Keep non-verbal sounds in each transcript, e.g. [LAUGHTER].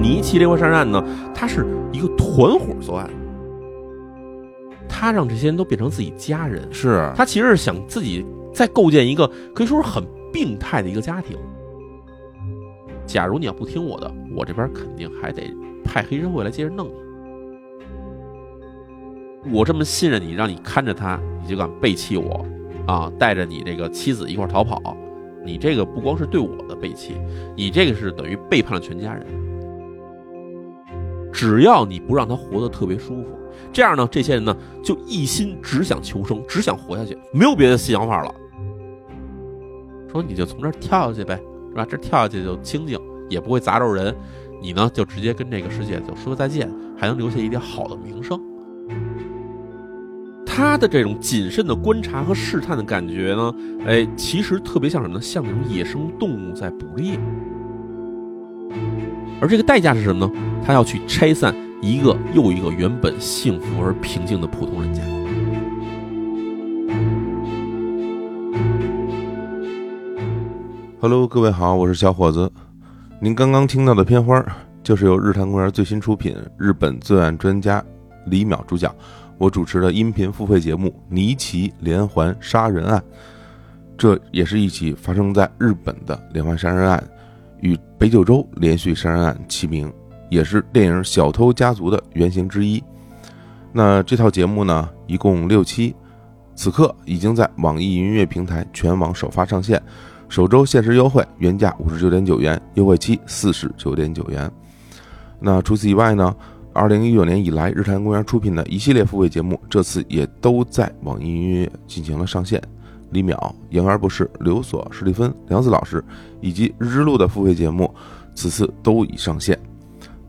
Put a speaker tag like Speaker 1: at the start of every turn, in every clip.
Speaker 1: 尼奇这块杀人案呢，它是一个团伙作案，他让这些人都变成自己家人，
Speaker 2: 是
Speaker 1: 他其实是想自己再构建一个可以说是很病态的一个家庭。假如你要不听我的，我这边肯定还得派黑社会来接着弄你。我这么信任你，让你看着他，你就敢背弃我啊？带着你这个妻子一块儿逃跑，你这个不光是对我的背弃，你这个是等于背叛了全家人。只要你不让他活得特别舒服，这样呢，这些人呢就一心只想求生，只想活下去，没有别的想法了。说你就从这儿跳下去呗，是吧？这跳下去就清静，也不会砸着人。你呢，就直接跟这个世界就说再见，还能留下一点好的名声。他的这种谨慎的观察和试探的感觉呢，哎，其实特别像什么呢？像那种野生动物在捕猎。而这个代价是什么呢？他要去拆散一个又一个原本幸福而平静的普通人家。
Speaker 2: ，Hello，各位好，我是小伙子。您刚刚听到的片花，就是由日坛公园最新出品、日本罪案专家李淼主讲，我主持的音频付费节目《尼奇连环杀人案》。这也是一起发生在日本的连环杀人案，与北九州连续杀人案齐名，也是电影《小偷家族》的原型之一。那这套节目呢，一共六期，此刻已经在网易云音乐平台全网首发上线。首周限时优惠，原价五十九点九元，优惠期四十九点九元。那除此以外呢？二零一九年以来，日坛公园出品的一系列付费节目，这次也都在网易云音乐进行了上线。李淼、杨元博士、刘所、史蒂芬、梁子老师以及日之路的付费节目，此次都已上线。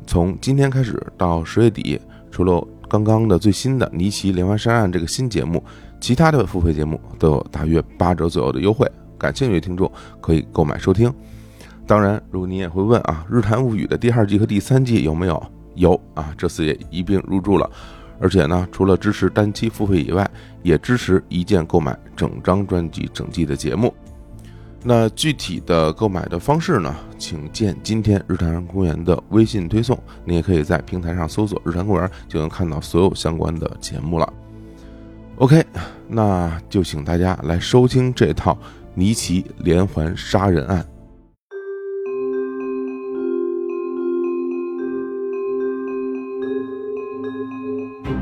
Speaker 2: 从今天开始到十月底，除了刚刚的最新的尼奇连环杀人案这个新节目，其他的付费节目都有大约八折左右的优惠。感兴趣的听众可以购买收听。当然，如果您也会问啊，《日谈物语》的第二季和第三季有没有？有啊，这次也一并入驻了。而且呢，除了支持单期付费以外，也支持一键购买整张专辑、整季的节目。那具体的购买的方式呢，请见今天日坛公园的微信推送。你也可以在平台上搜索“日坛公园”，就能看到所有相关的节目了。OK，那就请大家来收听这套尼奇连环杀人案。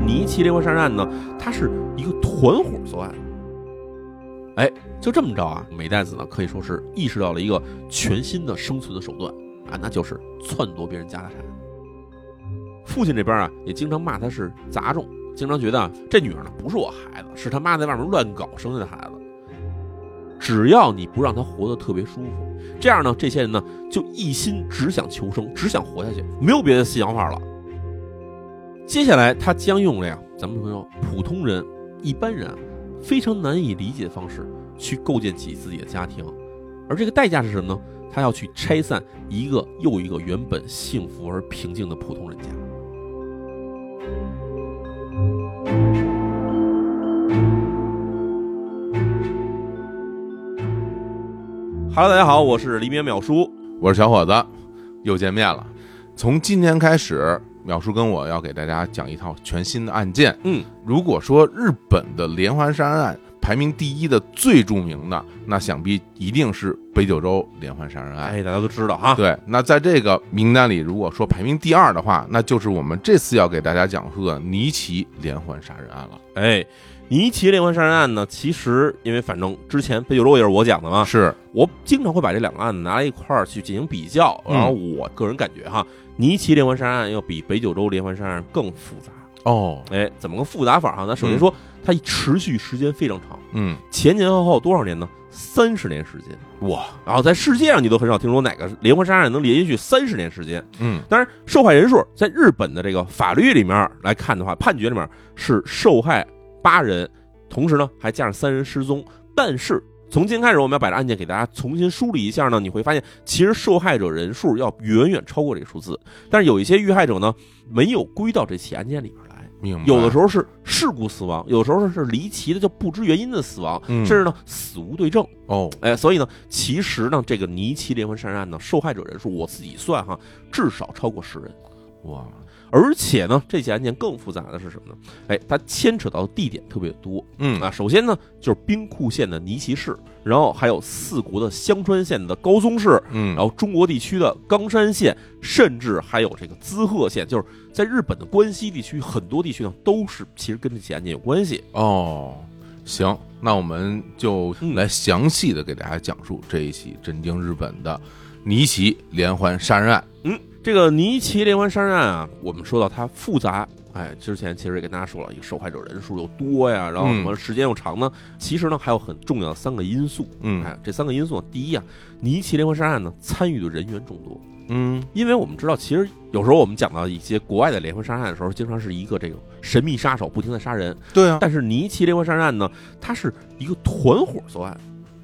Speaker 1: 尼奇这块杀人案呢，它是一个团伙作案。哎，就这么着啊，美代子呢可以说是意识到了一个全新的生存的手段啊，那就是篡夺别人家的财产。父亲这边啊，也经常骂他是杂种，经常觉得啊这女儿呢不是我孩子，是他妈在外面乱搞生下的孩子。只要你不让他活得特别舒服，这样呢，这些人呢就一心只想求生，只想活下去，没有别的想法了。接下来，他将用这样咱们说普通人、一般人非常难以理解的方式，去构建起自己的家庭，而这个代价是什么呢？他要去拆散一个又一个原本幸福而平静的普通人家。Hello，大家好，我是黎明淼叔。
Speaker 2: 我是小伙子，又见面了。从今天开始，淼叔跟我要给大家讲一套全新的案件。
Speaker 1: 嗯，
Speaker 2: 如果说日本的连环杀人案排名第一的最著名的，那想必一定是北九州连环杀人案。
Speaker 1: 哎，大家都知道哈，
Speaker 2: 对，那在这个名单里，如果说排名第二的话，那就是我们这次要给大家讲述的尼奇连环杀人案了。
Speaker 1: 哎，尼奇连环杀人案呢，其实因为反正之前北九州也是我讲的嘛，
Speaker 2: 是，
Speaker 1: 我经常会把这两个案子拿来一块儿去进行比较，
Speaker 2: 嗯
Speaker 1: 然后我个人感觉哈，尼奇连环杀人案要比北九州连环杀人案更复杂。
Speaker 2: 哦，
Speaker 1: 哎，怎么个复杂法哈？咱首先
Speaker 2: 嗯
Speaker 1: 说，它持续时间非常长，
Speaker 2: 嗯，
Speaker 1: 前前后后多少年呢？三十年时间。
Speaker 2: 哇，
Speaker 1: 然后在世界上，你都很少听说哪个连环杀人案能连续三十年时间。
Speaker 2: 嗯，
Speaker 1: 当然，受害人数在日本的这个法律里面来看的话，判决里面是受害八人，同时呢还加上三人失踪。但是从今天开始，我们要把这案件给大家重新梳理一下呢，你会发现其实受害者人数要远远超过这个数字，但是有一些遇害者呢没有归到这起案件里面来。
Speaker 2: 明白。
Speaker 1: 有的时
Speaker 2: 候，
Speaker 1: 候是事故死亡，有时候是离奇的就不知原因的死亡，
Speaker 2: 嗯
Speaker 1: 甚至呢死无对证。
Speaker 2: 哦，
Speaker 1: 哎，所以呢，其实呢，这个尼奇连环杀人案呢，受害者人数我自己算哈，至少超过十人。
Speaker 2: 哇，
Speaker 1: 而且呢，这起案件更复杂的是什么呢？哎，它牵扯到的地点特别多
Speaker 2: 嗯
Speaker 1: 啊。首先呢，就是兵库县的尼崎市，然后还有四国的香川县的高松市，
Speaker 2: 嗯，
Speaker 1: 然后中国地区的冈山县，甚至还有这个滋贺县，就是在日本的关西地区，很多地区呢都是其实跟这起案件有关系。
Speaker 2: 哦，行，那我们就来
Speaker 1: 嗯
Speaker 2: 详细的给大家讲述这一起震惊日本的尼奇连环杀人案。
Speaker 1: 嗯，这个尼奇连环杀人案啊，我们说到它复杂，哎，之前其实也跟大家说了，一个受害者人数又多呀，然后什么时间又长呢？其实呢，还有很重要的三个因素。
Speaker 2: 嗯
Speaker 1: 哎，这三个因素，第一啊，尼奇连环杀人案呢参与的人员众多，
Speaker 2: 嗯，
Speaker 1: 因为我们知道，其实有时候我们讲到一些国外的连环杀人案的时候，经常是一个这个神秘杀手不停的杀人，
Speaker 2: 对啊，
Speaker 1: 但是尼奇连环杀人案呢，它是一个团伙作案，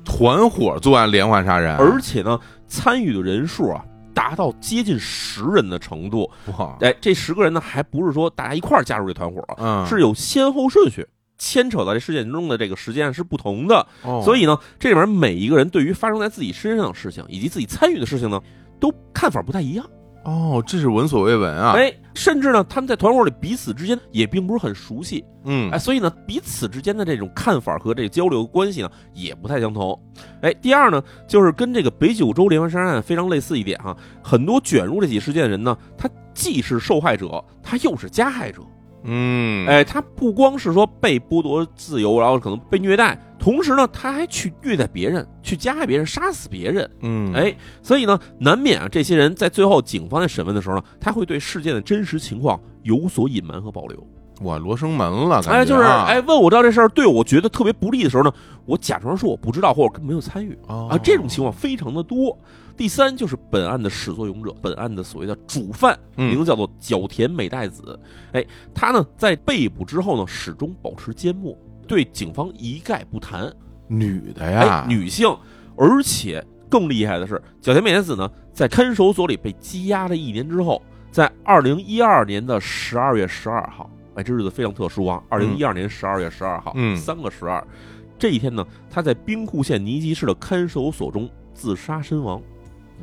Speaker 2: 团伙作案连环杀人，
Speaker 1: 而且呢，参与的人数啊达到接近十人的程度。
Speaker 2: 哇，
Speaker 1: 哎，这十个人呢，还不是说大家一块儿加入这团伙，啊
Speaker 2: 嗯，
Speaker 1: 是有先后顺序。牵扯到这事件中的这个时间是不同的，
Speaker 2: 哦，
Speaker 1: 所以呢，这里面每一个人对于发生在自己身上的事情以及自己参与的事情呢，都看法不太一样。
Speaker 2: 哦，这是闻所未闻啊。，
Speaker 1: 哎，甚至呢，他们在团伙里彼此之间也并不是很熟悉，
Speaker 2: 嗯
Speaker 1: 哎，，所以呢，彼此之间的这种看法和这个交流关系呢，也不太相同。哎，第二呢，就是跟这个北九州连环杀人案非常类似一点哈、很多卷入这起事件的人呢，他既是受害者，他又是加害者。
Speaker 2: 嗯，，
Speaker 1: 哎，他不光是说被剥夺自由，然后可能被虐待，同时呢，他还去虐待别人，去加害别人，杀死别人。
Speaker 2: 嗯，，
Speaker 1: 哎，所以呢，难免啊，这些人在最后警方在审问的时候呢，他会对事件的真实情况有所隐瞒和保留。
Speaker 2: 哇，罗生门了，感觉
Speaker 1: 哎，就是
Speaker 2: 啊
Speaker 1: 哎，，问我知道这事儿对我觉得特别不利的时候呢，我假装说我不知道或者根本没有参与
Speaker 2: 啊
Speaker 1: 啊，这种情况非常的多。第三就是本案的始作俑者，本案的所谓的主犯，
Speaker 2: 嗯
Speaker 1: 名字叫做角田美代子。哎，他呢在被捕之后呢，始终保持缄默，对警方一概不谈。
Speaker 2: 女的呀
Speaker 1: 哎，，女性，而且更厉害的是，角田美代子呢在看守所里被羁押了一年之后，在二零一二年的十二月十二号，哎，这日子非常特殊啊！二零一二年十二月十二号，
Speaker 2: 嗯
Speaker 1: 三个十二，这一天呢，她在兵库县尼基市的看守所中自杀身亡。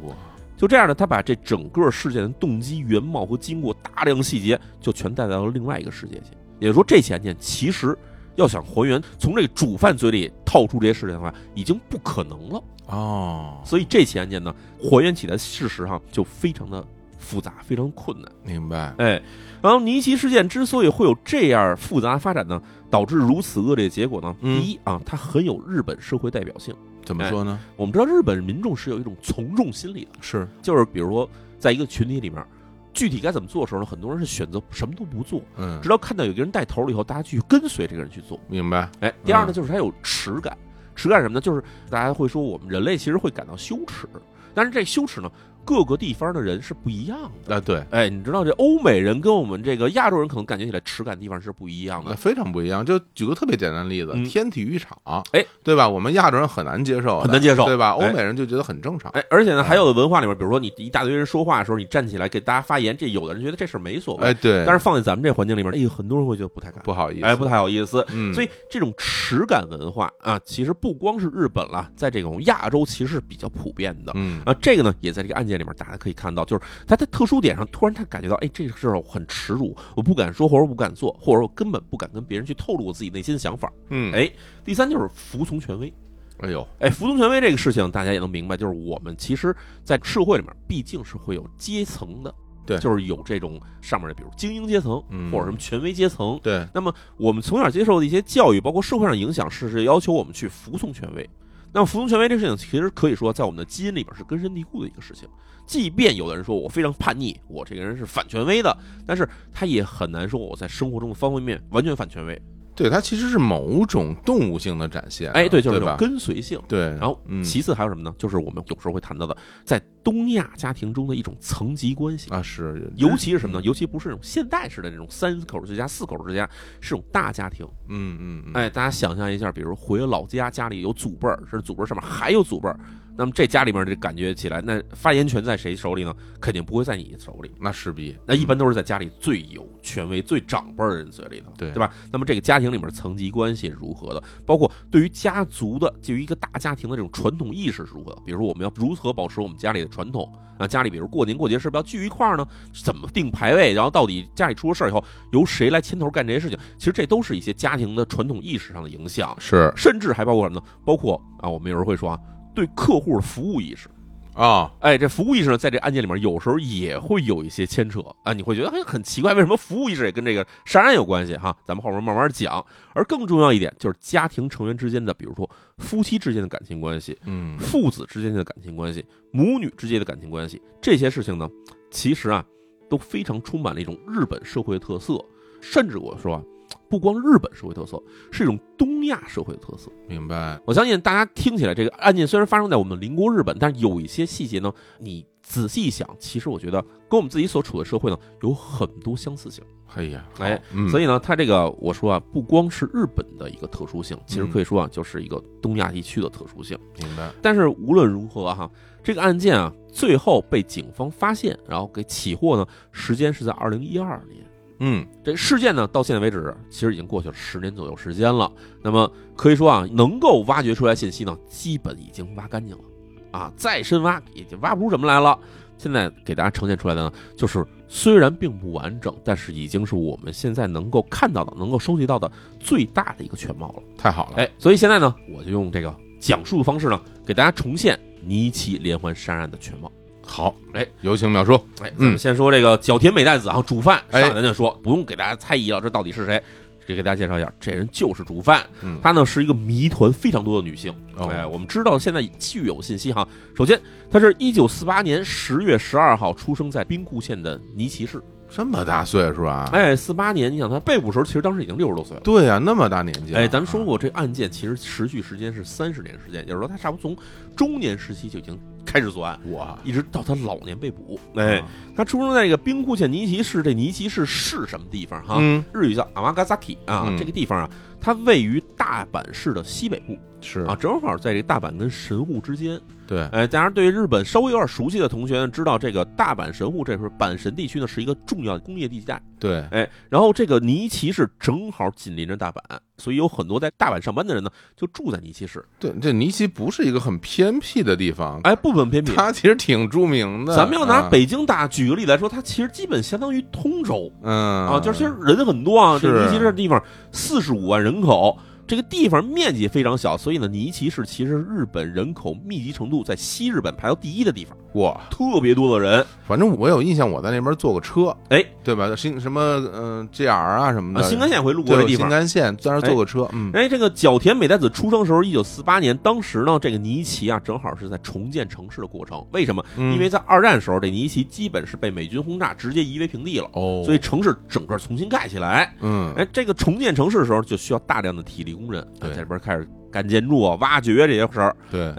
Speaker 2: 哇，
Speaker 1: 就这样呢，他把这整个事件的动机、原貌和经过大量细节，就全带到了另外一个世界去。也就是说，这起案件其实要想还原，从这个主犯嘴里套出这些事情的话，已经不可能了。
Speaker 2: 哦，
Speaker 1: 所以这起案件呢，还原起来事实哈就非常的复杂，非常困难。
Speaker 2: 明白，
Speaker 1: 哎，然后尼奇事件之所以会有这样复杂发展呢，导致如此恶劣结果呢，
Speaker 2: 嗯
Speaker 1: 第一啊，它很有日本社会代表性。
Speaker 2: 怎么
Speaker 1: 哎
Speaker 2: 说呢？
Speaker 1: 我们知道日本民众是有一种从众心理的。
Speaker 2: 是，
Speaker 1: 哎就是比如说，在一个群体里面，具体该怎么做的时候呢，很多人是选择什么都不做，
Speaker 2: 嗯
Speaker 1: 直，到看到有一个人带头了以后，大家去跟随这个人去做。
Speaker 2: 明白，
Speaker 1: 哎，第二呢，
Speaker 2: 嗯
Speaker 1: 就是他有耻感，耻感是什么呢？就是大家会说我们人类其实会感到羞耻，但是这羞耻呢，各个地方的人是不一样的。
Speaker 2: 啊，对，
Speaker 1: 哎，你知道这欧美人跟我们这个亚洲人可能感觉起来耻感地方是不一样
Speaker 2: 那
Speaker 1: 的，
Speaker 2: 非常不一样。就举个特别简单的例子，
Speaker 1: 嗯
Speaker 2: 天体育场，
Speaker 1: 哎，
Speaker 2: 对吧？我们亚洲人很难接受的，
Speaker 1: 很难接受
Speaker 2: 对吧？
Speaker 1: 哎
Speaker 2: 欧美人就觉得很正常。
Speaker 1: 哎，而且呢，还有的文化里面，比如说你一大堆人说话的时候，你站起来给大家发言，这有的人觉得这事儿没所谓，
Speaker 2: 哎，对，
Speaker 1: 但是放在咱们这环境里面，哎，很多人会觉得不太敢，
Speaker 2: 不好意思，
Speaker 1: 哎，不太好意思。
Speaker 2: 嗯，
Speaker 1: 所
Speaker 2: 以
Speaker 1: 以这种耻感文化啊，其实不光是日本了，在这种亚洲其实是比较普遍的。
Speaker 2: 嗯，
Speaker 1: 啊，这个呢，也在这个案件里面，大家可以看到，就是他在特殊点上，突然他感觉到，哎，这个事儿我很耻辱，我不敢说，或者我不敢做，或者我根本不敢跟别人去透露我自己内心的想法。
Speaker 2: 嗯，
Speaker 1: 哎，第三就是服从权威。
Speaker 2: 哎呦，
Speaker 1: 哎，服从权威这个事情，大家也能明白，就是我们其实，在社会里面，毕竟是会有阶层的，
Speaker 2: 对
Speaker 1: 就是有这种上面的，比如精英阶层，
Speaker 2: 嗯
Speaker 1: 或者什么权威阶层，
Speaker 2: 对，
Speaker 1: 那么我们从小接受的一些教育，包括社会上影响，是是要求我们去服从权威。那么服从权威这事情，其实可以说在我们的基因里边是根深蒂固的一个事情。即便有的人说我非常叛逆，我这个人是反权威的，但是他也很难说我在生活中的方方面面完全反权威。
Speaker 2: 对，它其实是某种动物性的展现啊。
Speaker 1: 哎，对，就是这种
Speaker 2: 吧？
Speaker 1: 跟随性。
Speaker 2: 对，
Speaker 1: 然后
Speaker 2: 嗯，
Speaker 1: 其次还有什么呢？就是我们有时候会谈到的，在东亚家庭中的一种层级关系。
Speaker 2: 啊是，
Speaker 1: 尤其是什么
Speaker 2: 嗯
Speaker 1: 呢？尤其不是那种现代式的那种三口之家、四口之家，是种大家庭。哎
Speaker 2: 嗯嗯，嗯，
Speaker 1: 哎，大家想象一下，比如回老家，家里有祖辈儿，甚至祖辈儿上面还有祖辈儿，那么这家里面这感觉起来，那发言权在谁手里呢？肯定不会在你手里，
Speaker 2: 那势必
Speaker 1: 那一般都是在家里最有权威、最长辈儿的人嘴里头，
Speaker 2: 对
Speaker 1: 对吧？那么这个家庭里面层级关系是如何的？包括对于家族的，对于一个大家庭的这种传统意识是如何的？比如说我们要如何保持我们家里的传统啊？家里比如过年过节是不是要聚一块儿呢？怎么定排位？然后到底家里出了事儿以后，由谁来牵头干这些事情？其实这都是一些家庭的传统意识上的影响，
Speaker 2: 嗯是
Speaker 1: 甚至还包括什么呢？包括啊，我们有时候会说啊，对客户的服务意识。
Speaker 2: 啊，
Speaker 1: 哎，这服务意识呢，在这案件里面有时候也会有一些牵扯啊，你会觉得很很奇怪，为什么服务意识也跟这个杀人案有关系哈？咱们后面慢慢讲。而更重要一点就是家庭成员之间的，比如说夫妻之间的感情关系、
Speaker 2: 嗯
Speaker 1: 父子之间的感情关系、母女之间的感情关系，这些事情呢，其实啊，都非常充满了一种日本社会的特色，甚至我说啊，不光日本社会特色，是一种东亚社会的特色。
Speaker 2: 明白，
Speaker 1: 我相信大家听起来，这个案件虽然发生在我们邻国日本，但是有一些细节呢，你仔细一想，其实我觉得跟我们自己所处的社会呢有很多相似性。
Speaker 2: 嘿呀，
Speaker 1: 哎
Speaker 2: 好，嗯
Speaker 1: 所以呢，它这个我说啊，不光是日本的一个特殊性，其实可以说啊，就是一个东亚地区的特殊性。
Speaker 2: 明白，
Speaker 1: 但是无论如何啊哈、这个案件啊，最后被警方发现，然后给起获呢，时间是在二零一二年。
Speaker 2: 嗯
Speaker 1: 这事件呢，到现在为止，其实已经过去了十年左右时间了。那么可以说啊，能够挖掘出来信息呢，基本已经挖干净了，啊，再深挖也就挖不出什么来了。现在给大家呈现出来的呢，就是虽然并不完整，但是已经是我们现在能够看到的、能够收集到的最大的一个全貌了。
Speaker 2: 太好了，
Speaker 1: 哎，所以现在呢，我就用这个讲述的方式呢，给大家重现尼奇连环杀人案的全貌。
Speaker 2: 好，
Speaker 1: 哎，
Speaker 2: 有请淼叔，
Speaker 1: 哎，咱们先说这个角田美代子啊，主犯上
Speaker 2: 嗯哎
Speaker 1: 来咱就说，不用给大家猜疑了，这到底是谁？这给大家介绍一下，这人就是主犯，
Speaker 2: 嗯
Speaker 1: 她呢是一个谜团非常多的女性。
Speaker 2: 哦
Speaker 1: 哎，我们知道现在具有信息哈。首先，她是一九四八年十月十二号出生在兵库县的尼崎市。
Speaker 2: 这么大岁数啊？
Speaker 1: 哎，四八年，你想她被捕时候，其实当时已经六十多岁了。
Speaker 2: 对呀，啊那么大年纪了，
Speaker 1: 哎，咱们说过这案件其实持续时间是三十年时间，也就是说她差不多从中年时期就已经开始作案，
Speaker 2: 我，嗯
Speaker 1: 一直到她老年被捕。
Speaker 2: 哦
Speaker 1: 哎，他出生在这个兵库县尼崎市，这尼崎市是什么地方哈？
Speaker 2: 嗯，
Speaker 1: 日语叫 Amagasaki 啊，
Speaker 2: 嗯
Speaker 1: 这个地方啊，它位于大阪市的西北部
Speaker 2: 是
Speaker 1: 啊，，正好在这个大阪跟神户之间。
Speaker 2: 对，
Speaker 1: 哎，当然，对于日本稍微有点熟悉的同学呢，知道这个大阪神户这是阪神地区呢是一个重要的工业地带。
Speaker 2: 对，
Speaker 1: 哎，然后这个尼崎市正好紧邻着大阪，所以有很多在大阪上班的人呢就住在尼崎市。
Speaker 2: 对，这尼奇不是一个很偏僻的地方，
Speaker 1: 哎，不分偏僻。
Speaker 2: 它其实挺著名的。
Speaker 1: 咱们要拿
Speaker 2: 啊，
Speaker 1: 北京大举个例来说，它其实基本相当于通州，
Speaker 2: 嗯
Speaker 1: 啊，就是其实人很多啊，这
Speaker 2: 是
Speaker 1: 尼奇这地方四十五万人口，这个地方面积非常小，所以呢，尼奇市其实是日本人口密集程度在西日本排到第一的地方，
Speaker 2: 我，
Speaker 1: 特别多的人
Speaker 2: 反正我有印象，我在那边坐过车，
Speaker 1: 哎，
Speaker 2: 对吧？新什么嗯 GR 啊什么
Speaker 1: 啊，
Speaker 2: 的，
Speaker 1: 新干线会路过
Speaker 2: 对
Speaker 1: 这地
Speaker 2: 新
Speaker 1: 方。
Speaker 2: 干线，在那儿坐过车，嗯，
Speaker 1: 哎，这个角田美代子出生时候，一九四八年，当时呢，这个尼奇啊，正好是在重建城市的过程。为什么？
Speaker 2: 嗯
Speaker 1: 因为在二战时候，这尼奇基本是被美军轰炸，直接夷为平地了，
Speaker 2: 哦，
Speaker 1: 所以城市整个重新盖起来。
Speaker 2: 嗯，
Speaker 1: 哎，这个重建城市的时候就需要大量的体力工人，啊
Speaker 2: 对
Speaker 1: 在这边开始干建筑啊、挖掘这些事儿。
Speaker 2: 对，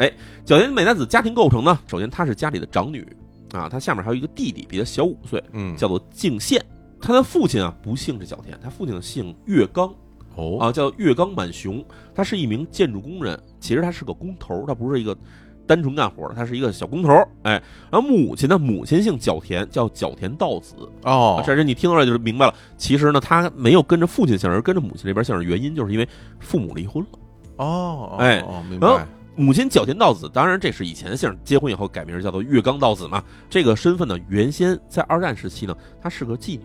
Speaker 1: 角田美奈子家庭构成呢，首先她是家里的长女啊，她下面还有一个弟弟，比她小五岁，
Speaker 2: 嗯，
Speaker 1: 叫做敬宪。她的父亲啊不姓是角田，她父亲姓月冈
Speaker 2: 哦，
Speaker 1: 啊，叫月冈满雄。他是一名建筑工人，其实他是个工头，他不是一个单纯干活的，他是一个小工头。哎，然后母亲呢，母亲姓角田，叫角田道子。啊，
Speaker 2: 哦，
Speaker 1: 这人你听到这就明白了。其实呢，他没有跟着父亲姓，而跟着母亲这边姓的原因，就是因为父母离婚了。
Speaker 2: 哦，
Speaker 1: 哎
Speaker 2: 哦，明
Speaker 1: 然后
Speaker 2: 白，
Speaker 1: 母亲角田道子，当然这是以前的姓，结婚以后改名叫做月冈道子嘛。这个身份呢，原先在二战时期呢，她是个妓女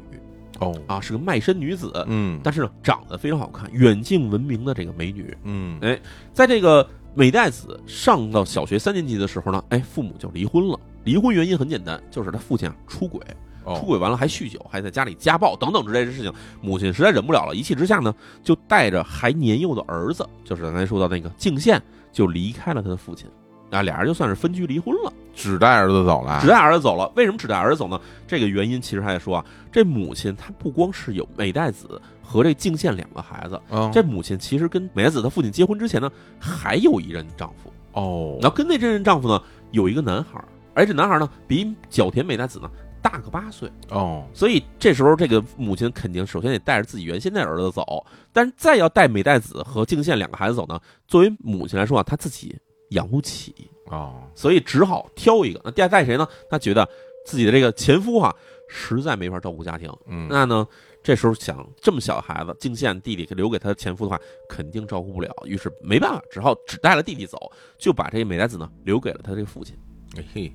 Speaker 2: 哦，
Speaker 1: 啊，是个卖身女子，
Speaker 2: 嗯，
Speaker 1: 但是呢，长得非常好看，远近闻名的这个美女。
Speaker 2: 嗯，
Speaker 1: 哎在这个美代子上到小学三年级的时候呢，哎，父母就离婚了。离婚原因很简单，就是他父亲啊出轨，出
Speaker 2: 哦，
Speaker 1: 轨完了还酗酒，还在家里家暴等等之类的事情，母亲实在忍不了了，一气之下呢，就带着还年幼的儿子，就是刚才说到那个敬宪，就离开了他的父亲。啊，俩人就算是分居离婚了，
Speaker 2: 只带儿子走了，
Speaker 1: 只带儿子走了。为什么只带儿子走呢？这个原因其实还得说啊，这母亲她不光是有美代子和这敬宪两个孩子，
Speaker 2: 嗯
Speaker 1: 这母亲其实跟美代子她父亲结婚之前呢，还有一任丈夫。
Speaker 2: 哦，
Speaker 1: 然后跟那这任丈夫呢，有一个男孩儿，而这男孩儿呢，比角田美代子呢大个八岁。
Speaker 2: 哦，
Speaker 1: 所以这时候，这个母亲肯定首先得带着自己原先的儿子走，但是再要带美代子和敬宪两个孩子走呢，作为母亲来说啊，她自己养不起，
Speaker 2: 哦，
Speaker 1: 所以只好挑一个。那第二代谁呢？他觉得自己的这个前夫哈、实在没法照顾家庭，
Speaker 2: 嗯，
Speaker 1: 那呢，这时候想这么小的孩子，敬献弟弟留给他的前夫的话，肯定照顾不了，于是没办法，只好只带了弟弟走，就把这个美代子呢留给了他这个父亲。
Speaker 2: 哎嘿，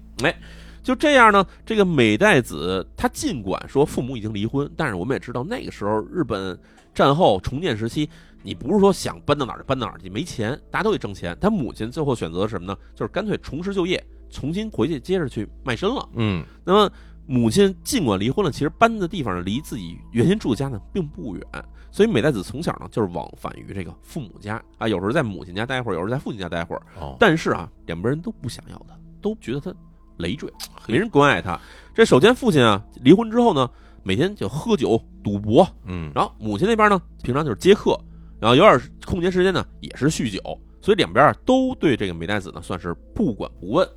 Speaker 1: 就这样呢，这个美代子她尽管说父母已经离婚，但是我们也知道那个时候日本战后重建时期，你不是说想搬到哪儿就搬到哪儿去，没钱，大家都得挣钱。她母亲最后选择的是什么呢？就是干脆重拾就业，重新回去接着去卖身了。
Speaker 2: 嗯
Speaker 1: 那么母亲尽管离婚了，其实搬的地方离自己原先住的家呢并不远，所以美代子从小呢就是往返于这个父母家啊，有时候在母亲家待一会儿，有时候在父亲家待一会儿。
Speaker 2: 哦，
Speaker 1: 但是啊，两边人都不想要他，都觉得他累赘，没人关爱他。这首先父亲啊离婚之后呢，每天就喝酒赌博，
Speaker 2: 嗯
Speaker 1: 然后母亲那边呢，平常就是接客，然后有点空闲时间呢，也是酗酒，所以两边啊都对这个美代子呢算是不管不问。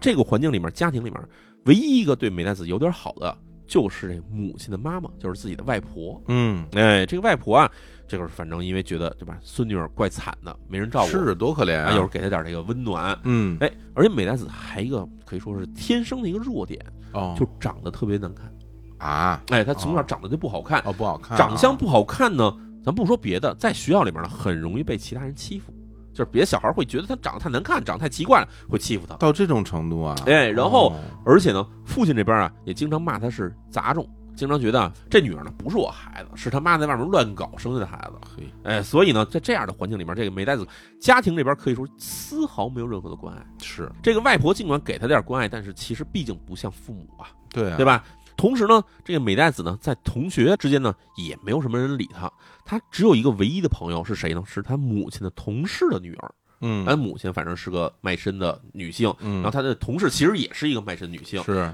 Speaker 1: 这个环境里面，家庭里面，唯一一个对美代子有点好的，就是这母亲的妈妈，就是自己的外婆。
Speaker 2: 嗯，
Speaker 1: 哎，这个外婆啊，这个反正因为觉得对吧，孙女儿怪惨的，没人照顾，
Speaker 2: 是多可怜
Speaker 1: 啊，
Speaker 2: 啊，
Speaker 1: 有时候给她点这个温暖。
Speaker 2: 嗯
Speaker 1: 哎，而且美代子还一个可以说是天生的一个弱点，
Speaker 2: 哦
Speaker 1: 就长得特别难看。
Speaker 2: 啊
Speaker 1: 哎，她从小长得就不好看，
Speaker 2: 哦不好看啊，
Speaker 1: 长相不好看呢，咱不说别的，在学校里面呢，很容易被其他人欺负，就是别的小孩会觉得他长得太难看，长得太奇怪了，会欺负他。
Speaker 2: 到这种程度啊，
Speaker 1: 哎然后
Speaker 2: 哦
Speaker 1: 而且呢，父亲这边啊，也经常骂他是杂种，经常觉得啊这女儿呢不是我孩子，是他妈在外面乱搞生下的孩子。
Speaker 2: 嘿，
Speaker 1: 哎，所以呢，在这样的环境里面，这个美代子家庭这边可以说丝毫没有任何的关爱。
Speaker 2: 是
Speaker 1: 这个外婆尽管给他点关爱，但是其实毕竟不像父母啊，
Speaker 2: 对啊，
Speaker 1: 对
Speaker 2: 吧？
Speaker 1: 吧？同时呢，这个美代子呢，在同学之间呢，也没有什么人理她。她只有一个唯一的朋友是谁呢？是她母亲的同事的女儿。她
Speaker 2: 嗯
Speaker 1: 母亲反正是个卖身的女性，
Speaker 2: 嗯，
Speaker 1: 然后她的同事其实也是一个卖身女性。
Speaker 2: 是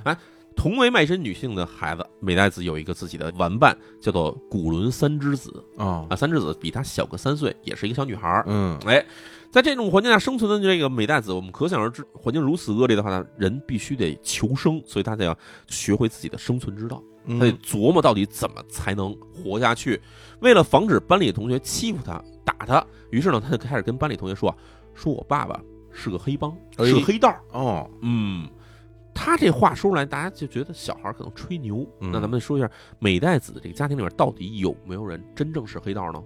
Speaker 1: 同为卖身女性的孩子，美代子有一个自己的玩伴，叫做古伦三之子
Speaker 2: 哦
Speaker 1: 啊。三之子比她小个三岁，也是一个小女孩儿。
Speaker 2: 嗯
Speaker 1: 哎，在这种环境下生存的这个美代子，我们可想而知，环境如此恶劣的话呢，人必须得求生，所以他得要学会自己的生存之道，他得
Speaker 2: 嗯
Speaker 1: 琢磨到底怎么才能活下去。为了防止班里的同学欺负他、打他，于是呢，他就开始跟班里同学说：“说我爸爸是个黑帮，
Speaker 2: 哎
Speaker 1: 是个黑道儿。
Speaker 2: 哦
Speaker 1: 嗯。他这话说出来，大家就觉得小孩儿可能吹牛。
Speaker 2: 嗯
Speaker 1: 那咱们说一下美代子这个家庭里面到底有没有人真正是黑道呢？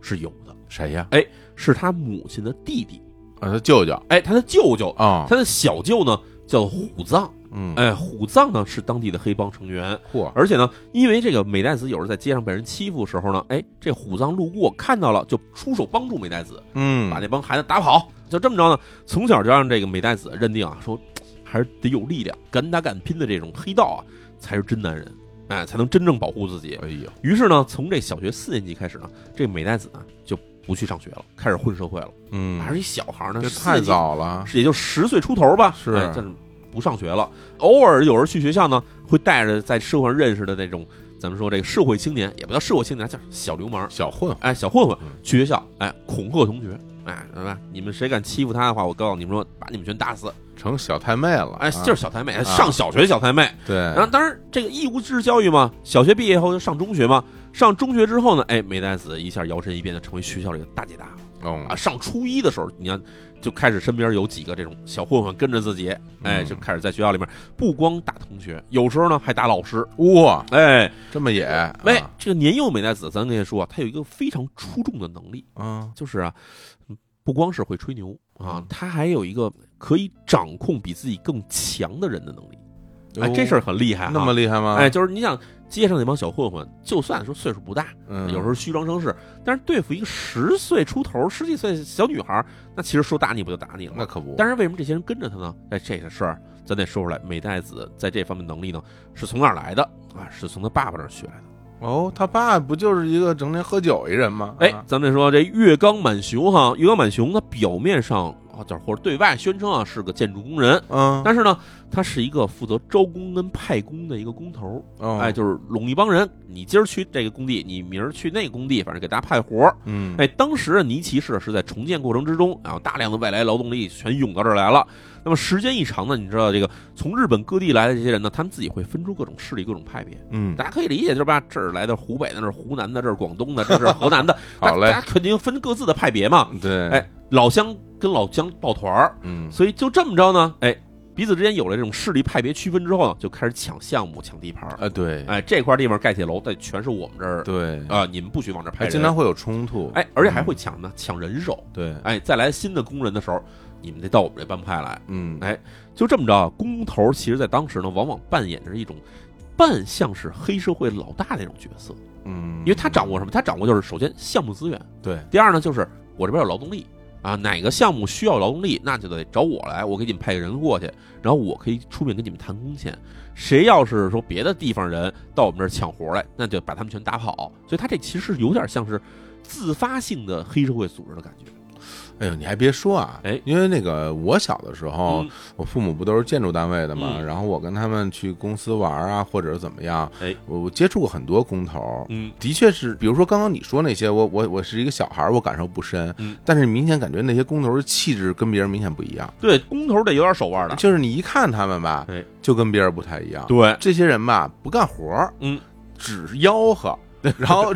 Speaker 1: 是有的，
Speaker 2: 谁呀？
Speaker 1: 是他母亲的弟弟。
Speaker 2: 啊，他舅舅
Speaker 1: 哎，他的舅舅，
Speaker 2: 啊，
Speaker 1: 他的小舅呢叫虎藏，
Speaker 2: 嗯
Speaker 1: 哎，虎藏呢是当地的黑帮成员，
Speaker 2: 嚯，
Speaker 1: 而且呢，因为这个美代子有时候在街上被人欺负的时候呢，哎，这虎藏路过看到了，就出手帮助美代子，
Speaker 2: 嗯
Speaker 1: 把那帮孩子打跑。就这么着呢，从小就让这个美代子认定啊，说还是得有力量，敢打敢拼的这种黑道啊，才是真男人，哎，才能真正保护自己。
Speaker 2: 哎呦
Speaker 1: 于是呢，从这小学四年级开始呢，这美代子呢就不去上学了，开始混社会了。
Speaker 2: 嗯，
Speaker 1: 还是一小孩呢，
Speaker 2: 这
Speaker 1: 四
Speaker 2: 太
Speaker 1: 年级
Speaker 2: 早了，
Speaker 1: 是也就十岁出头吧，
Speaker 2: 是
Speaker 1: 哎但是不上学了。偶尔有人去学校呢，会带着在社会上认识的那种，咱们说这个社会青年，也不叫社会青年，叫小流氓，
Speaker 2: 小混混，
Speaker 1: 哎，小混混
Speaker 2: 嗯
Speaker 1: 去学校，哎，恐吓同学，哎，对吧？你们谁敢欺负他的话，我告诉你们说，把你们全打死。
Speaker 2: 成小太妹了，
Speaker 1: 哎，
Speaker 2: 啊哎
Speaker 1: 就是小太妹，哎上小学小太妹。
Speaker 2: 对，
Speaker 1: 然后，当然这个义务制教育嘛，小学毕业后就上中学嘛。上中学之后呢，哎，美代子一下摇身一变就成为学校里的大姐大了。
Speaker 2: 哦
Speaker 1: 啊，上初一的时候，你看就开始身边有几个这种小混混跟着自己，哎，
Speaker 2: 嗯
Speaker 1: 就开始在学校里面不光打同学，有时候呢还打老师，
Speaker 2: 哇，
Speaker 1: 哎，
Speaker 2: 哦这么野，
Speaker 1: 喂，
Speaker 2: 啊
Speaker 1: 这个年幼美代子，咱跟你说啊，她有一个非常出众的能力，
Speaker 2: 嗯
Speaker 1: 就是啊，不光是会吹牛啊
Speaker 2: 嗯，
Speaker 1: 她还有一个可以掌控比自己更强的人的能力，哎，
Speaker 2: 哟
Speaker 1: 这事儿很厉害啊，
Speaker 2: 那么厉害吗？
Speaker 1: 哎，，就是你想街上那帮小混混，就算说岁数不大，
Speaker 2: 嗯，
Speaker 1: 有时候虚张声势，但是对付一个十岁出头、十几岁小女孩儿，那其实说打你不就打你了
Speaker 2: 那
Speaker 1: 吗？
Speaker 2: 可不，
Speaker 1: 但
Speaker 2: 是
Speaker 1: 是为什么这些人跟着他呢？哎，这个事儿咱得说出来，美代子在这方面能力呢是从哪儿来的啊？是从他爸爸那儿学来的。
Speaker 2: 哦，他爸不就是一个整天喝酒一人吗？
Speaker 1: 哎
Speaker 2: 啊，
Speaker 1: 咱们说这月冈满雄哈，月冈满雄他表面上啊，就是或者对外宣称啊是个建筑工人，
Speaker 2: 嗯，
Speaker 1: 但是呢，他是一个负责招工跟派工的一个工头儿。
Speaker 2: 哦
Speaker 1: 哎，，就是拢一帮人，你今儿去这个工地，你明儿去那个工地，反正给大家派活儿。
Speaker 2: 嗯，
Speaker 1: 哎，当时啊尼奇市是在重建过程之中，然后大量的外来劳动力全涌到这儿来了。那么时间一长呢，你知道这个从日本各地来的这些人呢，他们自己会分出各种势力、各种派别。
Speaker 2: 嗯，
Speaker 1: 大家可以理解，就是吧？这儿来的湖北的，那儿湖
Speaker 2: [LAUGHS]，
Speaker 1: 南的，这儿广东的，这是河南的
Speaker 2: 好嘞
Speaker 1: 大家大家肯定分各自的派别嘛。
Speaker 2: 对，
Speaker 1: 哎，老乡跟老姜抱团儿，
Speaker 2: 嗯
Speaker 1: 所以就这么着呢，哎，彼此之间有了这种势力派别区分之后呢，就开始抢项目、抢地盘儿。
Speaker 2: 啊，对，
Speaker 1: 哎，这块地方盖铁楼，但全是我们这儿
Speaker 2: 对，
Speaker 1: 啊、你们不许往这儿派
Speaker 2: 还
Speaker 1: 人。
Speaker 2: 经常会嗯有冲突，
Speaker 1: 哎，而且还会抢什么呢？抢人手。
Speaker 2: 对，
Speaker 1: 哎，再来新的工人的时候，你们得到我们这帮派来。
Speaker 2: 嗯，
Speaker 1: 哎就这么着啊，工头其实在当时呢，往往扮演着一种半像是黑社会老大那种角色，
Speaker 2: 嗯，
Speaker 1: 因为他掌握什么？他掌握就是首先项目资源，
Speaker 2: 对，
Speaker 1: 第二呢就是我这边有劳动力啊，哪个项目需要劳动力，那就得找我来，我给你们派个人过去，然后我可以出面跟你们谈工钱。谁要是说别的地方人到我们这儿抢活来，那就把他们全打跑。所以他这其实有点像是自发性的黑社会组织的感觉。
Speaker 2: 哎呦，你还别说啊，
Speaker 1: 哎
Speaker 2: 因为那个我小的时候
Speaker 1: 嗯，
Speaker 2: 我父母不都是建筑单位的嘛，
Speaker 1: 嗯
Speaker 2: 然后我跟他们去公司玩啊，或者是怎么样，
Speaker 1: 哎，
Speaker 2: 我我接触过很多工头。
Speaker 1: 嗯
Speaker 2: 的确是，比如说刚刚你说那些，我我我是一个小孩儿，我感受不深，
Speaker 1: 嗯
Speaker 2: 但是明显感觉那些工头的气质跟别人明显不一样，
Speaker 1: 对，工头得有点手腕的。
Speaker 2: 就是你一看他们吧
Speaker 1: 哎，
Speaker 2: 就跟别人不太一样。
Speaker 1: 对，
Speaker 2: 这些人吧不干活儿，
Speaker 1: 嗯，
Speaker 2: 只是吆喝， [LAUGHS] 然后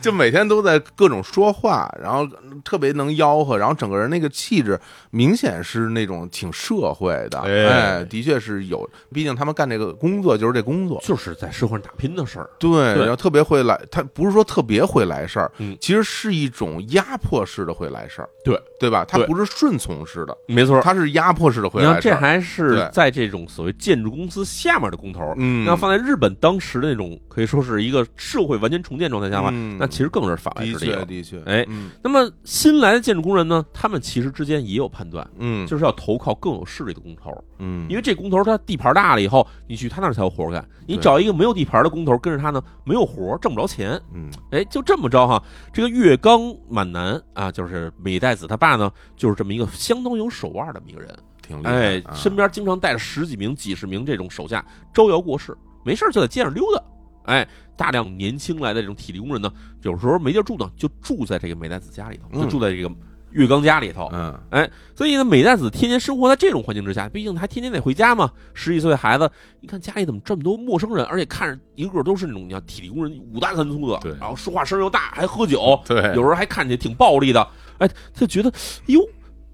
Speaker 2: 就每天都在各种说话，然后特别能吆喝，然后整个人那个气质明显是那种挺社会的，
Speaker 1: 哎
Speaker 2: 哎，的确是有，毕竟他们干这个工作就是这工作，
Speaker 1: 就是在社会上打拼的事儿。
Speaker 2: 对，
Speaker 1: 对
Speaker 2: 然后特别会来，他不是说特别会来事儿，
Speaker 1: 嗯
Speaker 2: 其实是一种压迫式的会来事儿，
Speaker 1: 对
Speaker 2: 对吧？他
Speaker 1: 对
Speaker 2: 不是顺从式的，
Speaker 1: 没错，
Speaker 2: 他是压迫式的会
Speaker 1: 你看
Speaker 2: 来事
Speaker 1: 这
Speaker 2: 儿，
Speaker 1: 还
Speaker 2: 对
Speaker 1: 是在这种所谓建筑公司下面的工头儿。
Speaker 2: 嗯，
Speaker 1: 那放在日本当时的那种可以说是一个社会完全重建状态下吧，
Speaker 2: 嗯
Speaker 1: 那其实更是法外
Speaker 2: 的
Speaker 1: 之地
Speaker 2: 确
Speaker 1: 了。
Speaker 2: 的确，
Speaker 1: 哎
Speaker 2: 嗯
Speaker 1: 那么新来的建筑工人呢，他们其实之间也有判断，
Speaker 2: 嗯，
Speaker 1: 就是要投靠更有势力的工头，
Speaker 2: 嗯，
Speaker 1: 因为这工头他地盘大了以后，你去他那儿才有活干，你
Speaker 2: 对
Speaker 1: 找一个没有地盘的工头跟着他呢，没有活，挣不着钱。
Speaker 2: 嗯
Speaker 1: 哎，就这么着哈，这个月冈满男啊，就是美代子他爸呢，就是这么一个相当有手腕的一个人，
Speaker 2: 挺厉害，
Speaker 1: 哎，
Speaker 2: 啊
Speaker 1: 身边经常带着十几名、几十名这种手下招摇过市，没事儿就在街上溜达。哎，大量年轻来的这种体力工人呢，有时候没地儿住呢，就住在这个美代子家里头，
Speaker 2: 嗯
Speaker 1: 就住在这个月冈家里头。
Speaker 2: 嗯。
Speaker 1: 所以呢，美代子天天生活在这种环境之下，毕竟她天天得回家嘛。十几岁的孩子，你看家里怎么这么多陌生人，而且看着一个个都是那种你要体力工人，五大三粗的，
Speaker 2: 对
Speaker 1: 然后说话声又大，还喝酒，
Speaker 2: 对，
Speaker 1: 有时候还看起来挺暴力的，哎，他觉得，哟，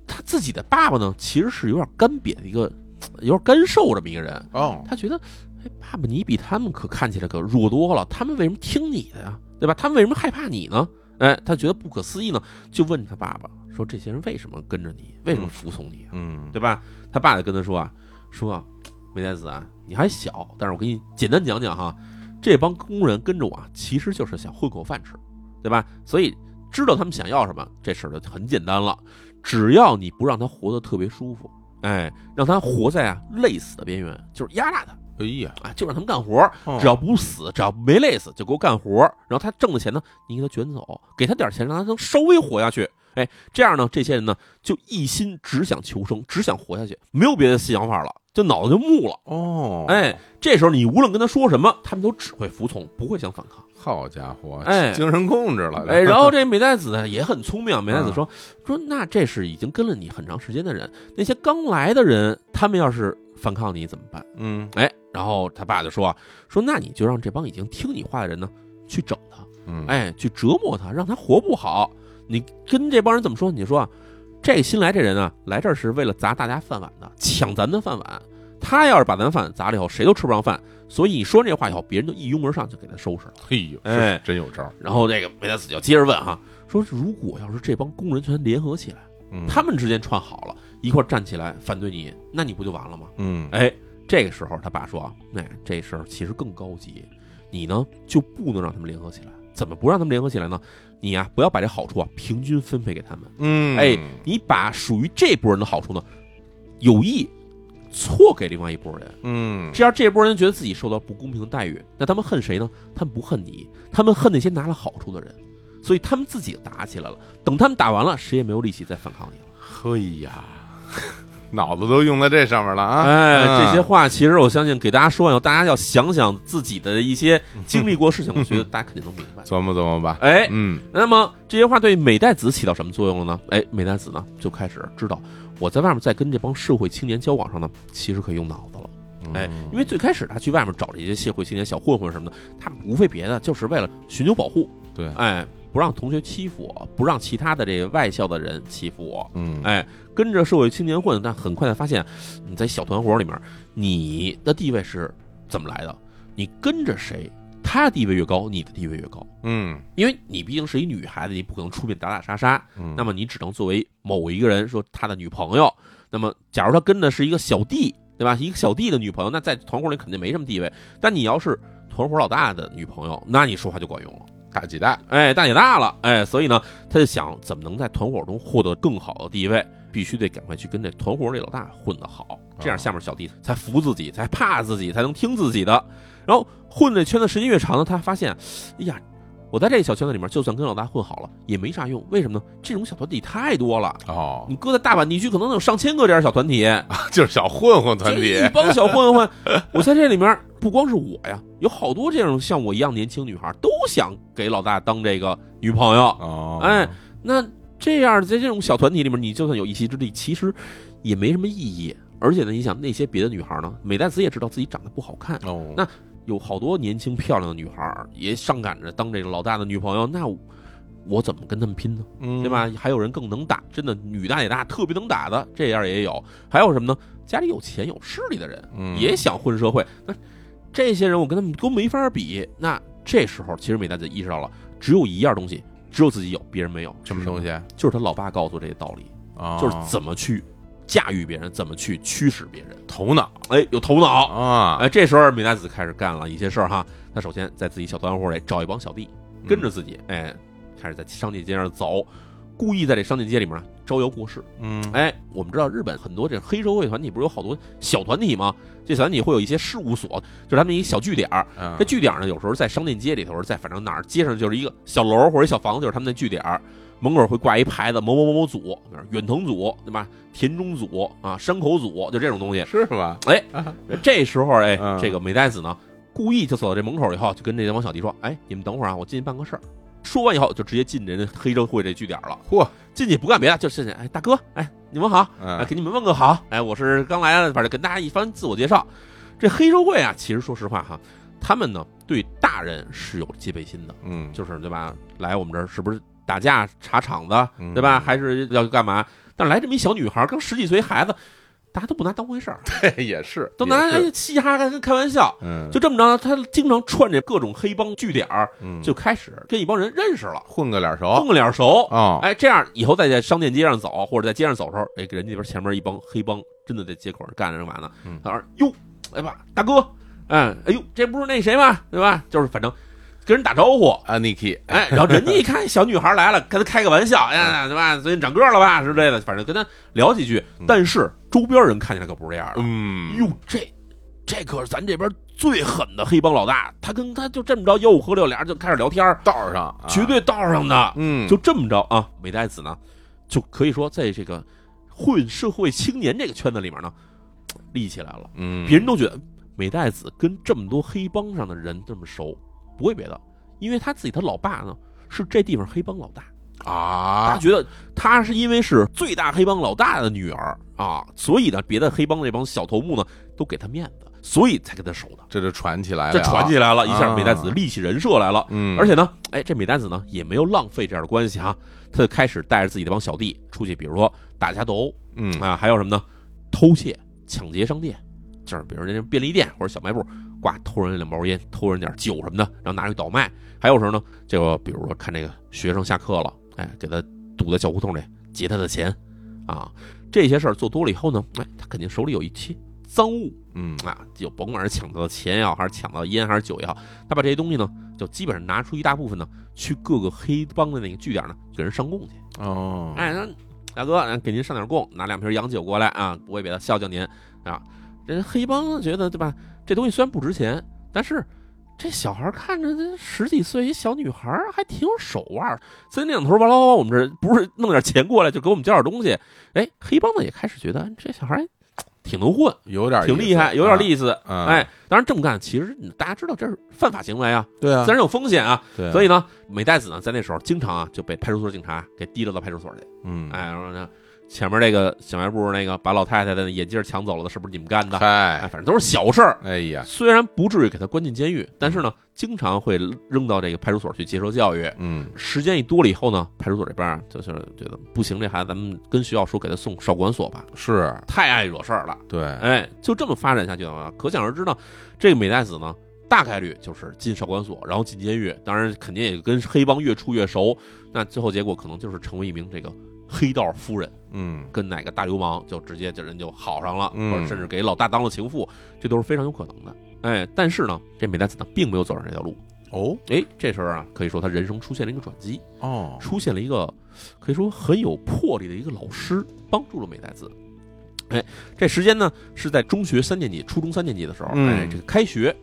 Speaker 1: 他自己的爸爸呢，其实是有点干瘪的一个，有点干瘦这么一个人，
Speaker 2: 哦，
Speaker 1: 他觉得，哎，爸爸你比他们可看起来可弱多了，他们为什么听你的呀？对吧？他们为什么害怕你呢？哎，他觉得不可思议呢，就问他爸爸说，这些人为什么跟着你，为什么服从你啊、
Speaker 2: 嗯，
Speaker 1: 对吧？他爸就跟他说啊，说啊，梅代子啊，你还小，但是我给你简单讲讲哈，这帮工人跟着我啊，其实就是想混口饭吃，对吧？所以知道他们想要什么，这事儿就很简单了。只要你不让他活得特别舒服，哎，让他活在啊累死的边缘，就是压榨他
Speaker 2: 哎呀，哦
Speaker 1: 啊，就让他们干活，只要不死，只要没累死，就给我干活。然后他挣的钱呢，你给他卷走，给他点钱，让他能稍微活下去。哎，这样呢，这些人呢就一心只想求生，只想活下去，没有别的想法了，就脑子就木了。
Speaker 2: 哦，，
Speaker 1: 哎，这时候你无论跟他说什么，他们都只会服从，不会想反抗。
Speaker 2: 好家伙，
Speaker 1: 哎
Speaker 2: 精神控制了，
Speaker 1: 哎，然后这美代子呢也很聪明，美代子说说那这是已经跟了你很长时间的人，那些刚来的人，他们要是反抗你怎么办？
Speaker 2: 嗯
Speaker 1: 哎，然后他爸就说啊，说那你就让这帮已经听你话的人呢去整他。
Speaker 2: 嗯，，
Speaker 1: 哎，去折磨他，让他活不好。你跟这帮人怎么说？你说啊，这新来这人啊，来这儿是为了砸大家饭碗的，抢咱的饭碗。他要是把咱饭砸了以后，谁都吃不上饭。所以你说完这话以后，别人就一拥而上就给他收拾了。
Speaker 2: 嘿呦，
Speaker 1: 哎
Speaker 2: 是真有招儿，
Speaker 1: 然后这个梅德斯就接着问哈、说如果要是这帮工人全联合起来，
Speaker 2: 嗯
Speaker 1: 他，们之间串好了，一块儿站起来反对你，那你不就完了吗？
Speaker 2: 嗯，
Speaker 1: 哎，这个时候他爸说啊，哎，这事儿其实更高级，你呢就不能让他们联合起来。怎么不让他们联合起来呢？你呀、不要把这好处啊平均分配给他们，
Speaker 2: 嗯，
Speaker 1: 哎，你把属于这波人的好处呢，有意错给另外一波人，
Speaker 2: 嗯，
Speaker 1: 这样这波人觉得自己受到不公平的待遇，那他们恨谁呢？他们不恨你，他们恨那些拿了好处的人，所以他们自己打起来了。等他们打完了，谁也没有力气再反抗你了。
Speaker 2: 嘿呀， [LAUGHS] 脑子都用在这上面了啊，
Speaker 1: 哎，
Speaker 2: 嗯
Speaker 1: 这些，话其实我相信给大家说完以后，大家要想想自己的一些
Speaker 2: 嗯
Speaker 1: 经历过的事情，我觉得大家肯定能明白。
Speaker 2: 琢磨琢磨吧，
Speaker 1: 哎，
Speaker 2: 嗯，
Speaker 1: 那么这些话对美代子起到什么作用了呢？哎，美代子呢就开始知道我在外面在跟这帮社会青年交往上呢，其实可以用脑子
Speaker 2: 嗯
Speaker 1: 了。哎，因为最开始他去外面找这些社会青年小混混什么的，他无非别的就是为了寻求保护。
Speaker 2: 对
Speaker 1: 哎，不让同学欺负我，不让其他的这个外校的人欺负我。
Speaker 2: 嗯，
Speaker 1: 哎，跟着社会青年混，但很快的发现你在小团伙里面，你的地位是怎么来的？你跟着谁，他地位越高，你的地位越高，
Speaker 2: 嗯
Speaker 1: 因为你毕竟是一女孩子，你不可能出面打打杀杀，
Speaker 2: 嗯，
Speaker 1: 那么你只能作为某一个人说他的女朋友。那么，假如他跟的是一个小弟，对吧？一个小弟的女朋友，那在团伙里肯定没什么地位。但你要是团伙老大的女朋友，那你说话就管用了。
Speaker 2: 大姐大，
Speaker 1: 哎，大姐大了，哎，所以呢，他就想怎么能在团伙中获得更好的地位，必须得赶快去跟这团伙里老大混得好，这样下面小弟才服自己，才怕自己，才能听自己的。然后混这圈子时间越长呢，他发现，哎呀，我在这个小圈子里面，就算跟老大混好了，也没啥用。为什么呢？这种小团体太多了，
Speaker 2: 哦， [LAUGHS]
Speaker 1: 你搁在大阪地区，可能有上千个这样的小团体，
Speaker 2: 就是小混混团体
Speaker 1: 这一，帮小混
Speaker 2: [LAUGHS]
Speaker 1: 混。我在这里面不光是我呀，有好多这种像我一样年轻女孩都想给老大当这个女朋友。
Speaker 2: 哦，
Speaker 1: 哎，那这样在这种小团体里面，你就算有一席之地，其实也没什么意义。而且呢，你想那些别的女孩呢，美代子也知道自己长得不好看，
Speaker 2: 哦，
Speaker 1: 那有好多年轻漂亮的女孩也上赶着当这个老大的女朋友，那我我怎么跟他们拼呢？
Speaker 2: 嗯
Speaker 1: 对？吧？还有人更能打，真的女大也大，特别能打的这样也有。还有什么呢？家里有钱有势力的人
Speaker 2: 嗯，
Speaker 1: 也想混社会，那这些人我跟他们都没法比。那这时候，其实美代子意识到了，只有一样东西，只有自己有，别人没有。
Speaker 2: 什么东西？
Speaker 1: 就是他老爸告诉这个道理，
Speaker 2: 啊，
Speaker 1: 就是怎么去驾驭别人，怎么去驱使别人。
Speaker 2: 头脑
Speaker 1: 哎，有头脑。
Speaker 2: 啊，
Speaker 1: 哎，这时候美代子开始干了一些事儿哈。他首先在自己小团伙里找一帮小弟，
Speaker 2: 嗯
Speaker 1: 跟着自己，哎，开始在商业街上走，故意在这商业街里面招摇过市。
Speaker 2: 嗯，嗯，
Speaker 1: 哎，我们知道日本很多这黑社会团体不是有好多小团体吗？这小团体会有一些事务所，就是他们一小据点儿。
Speaker 2: 嗯
Speaker 1: 这据点儿呢，有时候在商店街里头，在反正哪儿街上就是一个小楼或者小房子，就是他们的据点儿。门口会挂一牌子某某某某组，比如远藤组对吧？田中组啊，山口组，就这种东西。
Speaker 2: 是吧？
Speaker 1: 哎，这时候哎
Speaker 2: 嗯，
Speaker 1: 这个美代子呢，故意就走到这门口以后，就跟这帮小弟说：“哎，你们等会儿啊，我进去办个事儿。”说完以后，就直接进人家黑社会这据点了。
Speaker 2: 嚯，
Speaker 1: 进去不干别的，就进去，哎，大哥，哎，你们好，哎，
Speaker 2: 嗯，
Speaker 1: 给你们问个好，哎，我是刚来的，反正跟大家一番自我介绍。这黑社会啊，其实说实话哈，他们呢对大人是有戒备心的，
Speaker 2: 嗯，
Speaker 1: 就是对吧？来我们这儿是不是打架查场子，
Speaker 2: 嗯
Speaker 1: 对吧？还是要干嘛？但是来这么一小女孩，刚十几岁孩子，大家都不拿当回事儿，
Speaker 2: 对，也是，
Speaker 1: 都拿
Speaker 2: 也是
Speaker 1: 哎嘻哈跟开玩笑。
Speaker 2: 嗯，
Speaker 1: 就这么着，他经常串着各种黑帮据点儿，
Speaker 2: 嗯哦
Speaker 1: 就开始跟一帮人认识了，
Speaker 2: 混个脸熟
Speaker 1: 混个脸熟。
Speaker 2: 啊，
Speaker 1: 哎，这样以后再在商店街上走，或者在街上走的时候，哎，给人家那边前面一帮黑帮真的在街口干着干嘛呢
Speaker 2: 嗯？
Speaker 1: 他说：“哟，哎吧，大哥，哎，哎呦，这不是那谁吗？对吧？就是反正跟人打招呼。”
Speaker 2: 啊，Niki，
Speaker 1: 哎，然后人家一看小女孩来了，跟他开个玩笑，哎呀，对吧？最近长个了吧之类的，反正跟他聊几句
Speaker 2: 嗯。
Speaker 1: 但是周边人看起来可不是这样的，
Speaker 2: 嗯，
Speaker 1: 哟，这这可是咱这边最狠的黑帮老大，他跟他就这么着吆五喝六，俩人就开始聊天儿，
Speaker 2: 道上啊
Speaker 1: 绝，对道上的。
Speaker 2: 嗯，
Speaker 1: 就这么着啊，美代子呢，就可以说在这个混社会青年这个圈子里面呢，立起来了。
Speaker 2: 嗯，
Speaker 1: 别人都觉得美代子跟这么多黑帮上的人这么熟，不会别的，因为他自己他老爸呢是这地方黑帮老大，他
Speaker 2: 啊，
Speaker 1: 觉得他是因为是最大黑帮老大的女儿啊，所以呢，别的黑帮这帮小头目呢都给他面子，所以才给他守的。
Speaker 2: 这就传起来了，
Speaker 1: 这传起
Speaker 2: 来，
Speaker 1: 来了，一下
Speaker 2: 啊
Speaker 1: 美代子立起人设来了。
Speaker 2: 嗯，
Speaker 1: 而且呢，哎，这美代子呢也没有浪费这样的关系哈、他就开始带着自己这帮小弟出去，比如说打架斗殴
Speaker 2: 嗯
Speaker 1: 啊，还有什么呢？偷窃、抢劫商店，就是比如人家便利店或者小卖部，呱偷人家两包烟，偷人点酒什么的，然后拿去倒卖。还有时候呢，这个比如说看这个学生下课了，哎，给他堵在小胡同里劫他的钱，啊，这些事儿做多了以后呢，哎，他肯定手里有一些赃物，
Speaker 2: 嗯
Speaker 1: 啊，就甭管是抢到的钱也好，还是抢到的烟还是酒也好，他把这些东西呢，就基本上拿出一大部分呢，去各个黑帮的那个据点呢，给人上供去。
Speaker 2: 哦，
Speaker 1: 哎，那大哥，那给您上点供，拿两瓶洋酒过来啊，不会别的，孝敬您啊。人黑帮觉得对吧？这东西虽然不值钱，但是这小孩看着这十几岁一小女孩儿还挺有手腕儿，三天两头儿哇啦哇啦，我们这不是弄点钱过来就给我们交点东西。哎，黑帮呢也开始觉得哎这小孩儿挺能混，
Speaker 2: 有点
Speaker 1: 挺厉害，有点
Speaker 2: 思
Speaker 1: 意思。
Speaker 2: 啊，
Speaker 1: 哎，当然这么干，其实大家知道这是犯法行为啊，
Speaker 2: 对啊
Speaker 1: 自，然有风险啊。
Speaker 2: 对啊，
Speaker 1: 所以呢，美代子呢，在那时候经常啊就被派出所警察给提溜到派出所去，
Speaker 2: 嗯，
Speaker 1: 哎，然后呢，前面这个小卖部那个把老太太的眼镜抢走了的，是不是你们干的？哎，
Speaker 2: 嗨，
Speaker 1: 反正都是小事儿。
Speaker 2: 哎呀，
Speaker 1: 虽然不至于给他关进监狱，但是呢，经常会扔到这个派出所去接受教育。
Speaker 2: 嗯
Speaker 1: 时间一多了以后呢，派出所这边儿啊就是觉得不行，这孩子咱们跟学校说给他送少管所吧，
Speaker 2: 是，
Speaker 1: 太爱惹事儿了。
Speaker 2: 对，
Speaker 1: 哎，就这么发展下去的话，可想而知呢，这个美代子呢，大概率就是进少管所，然后进监狱。当然，肯定也跟黑帮越处越熟。那最后结果可能就是成为一名这个黑道夫人，
Speaker 2: 嗯
Speaker 1: 跟哪个大流氓就直接这人就好上了，
Speaker 2: 嗯
Speaker 1: 或者甚至给老大当了情妇，这都是非常有可能的。哎，但是呢，这美代子呢，并没有走上这条路。
Speaker 2: 哦
Speaker 1: 哎，这时候啊，可以说他人生出现了一个转机，
Speaker 2: 哦，
Speaker 1: 出现了一个可以说很有魄力的一个老师，帮助了美代子。哎，这时间呢是在中学三年级、初中三年级的时候，
Speaker 2: 嗯
Speaker 1: 哎，这个开学，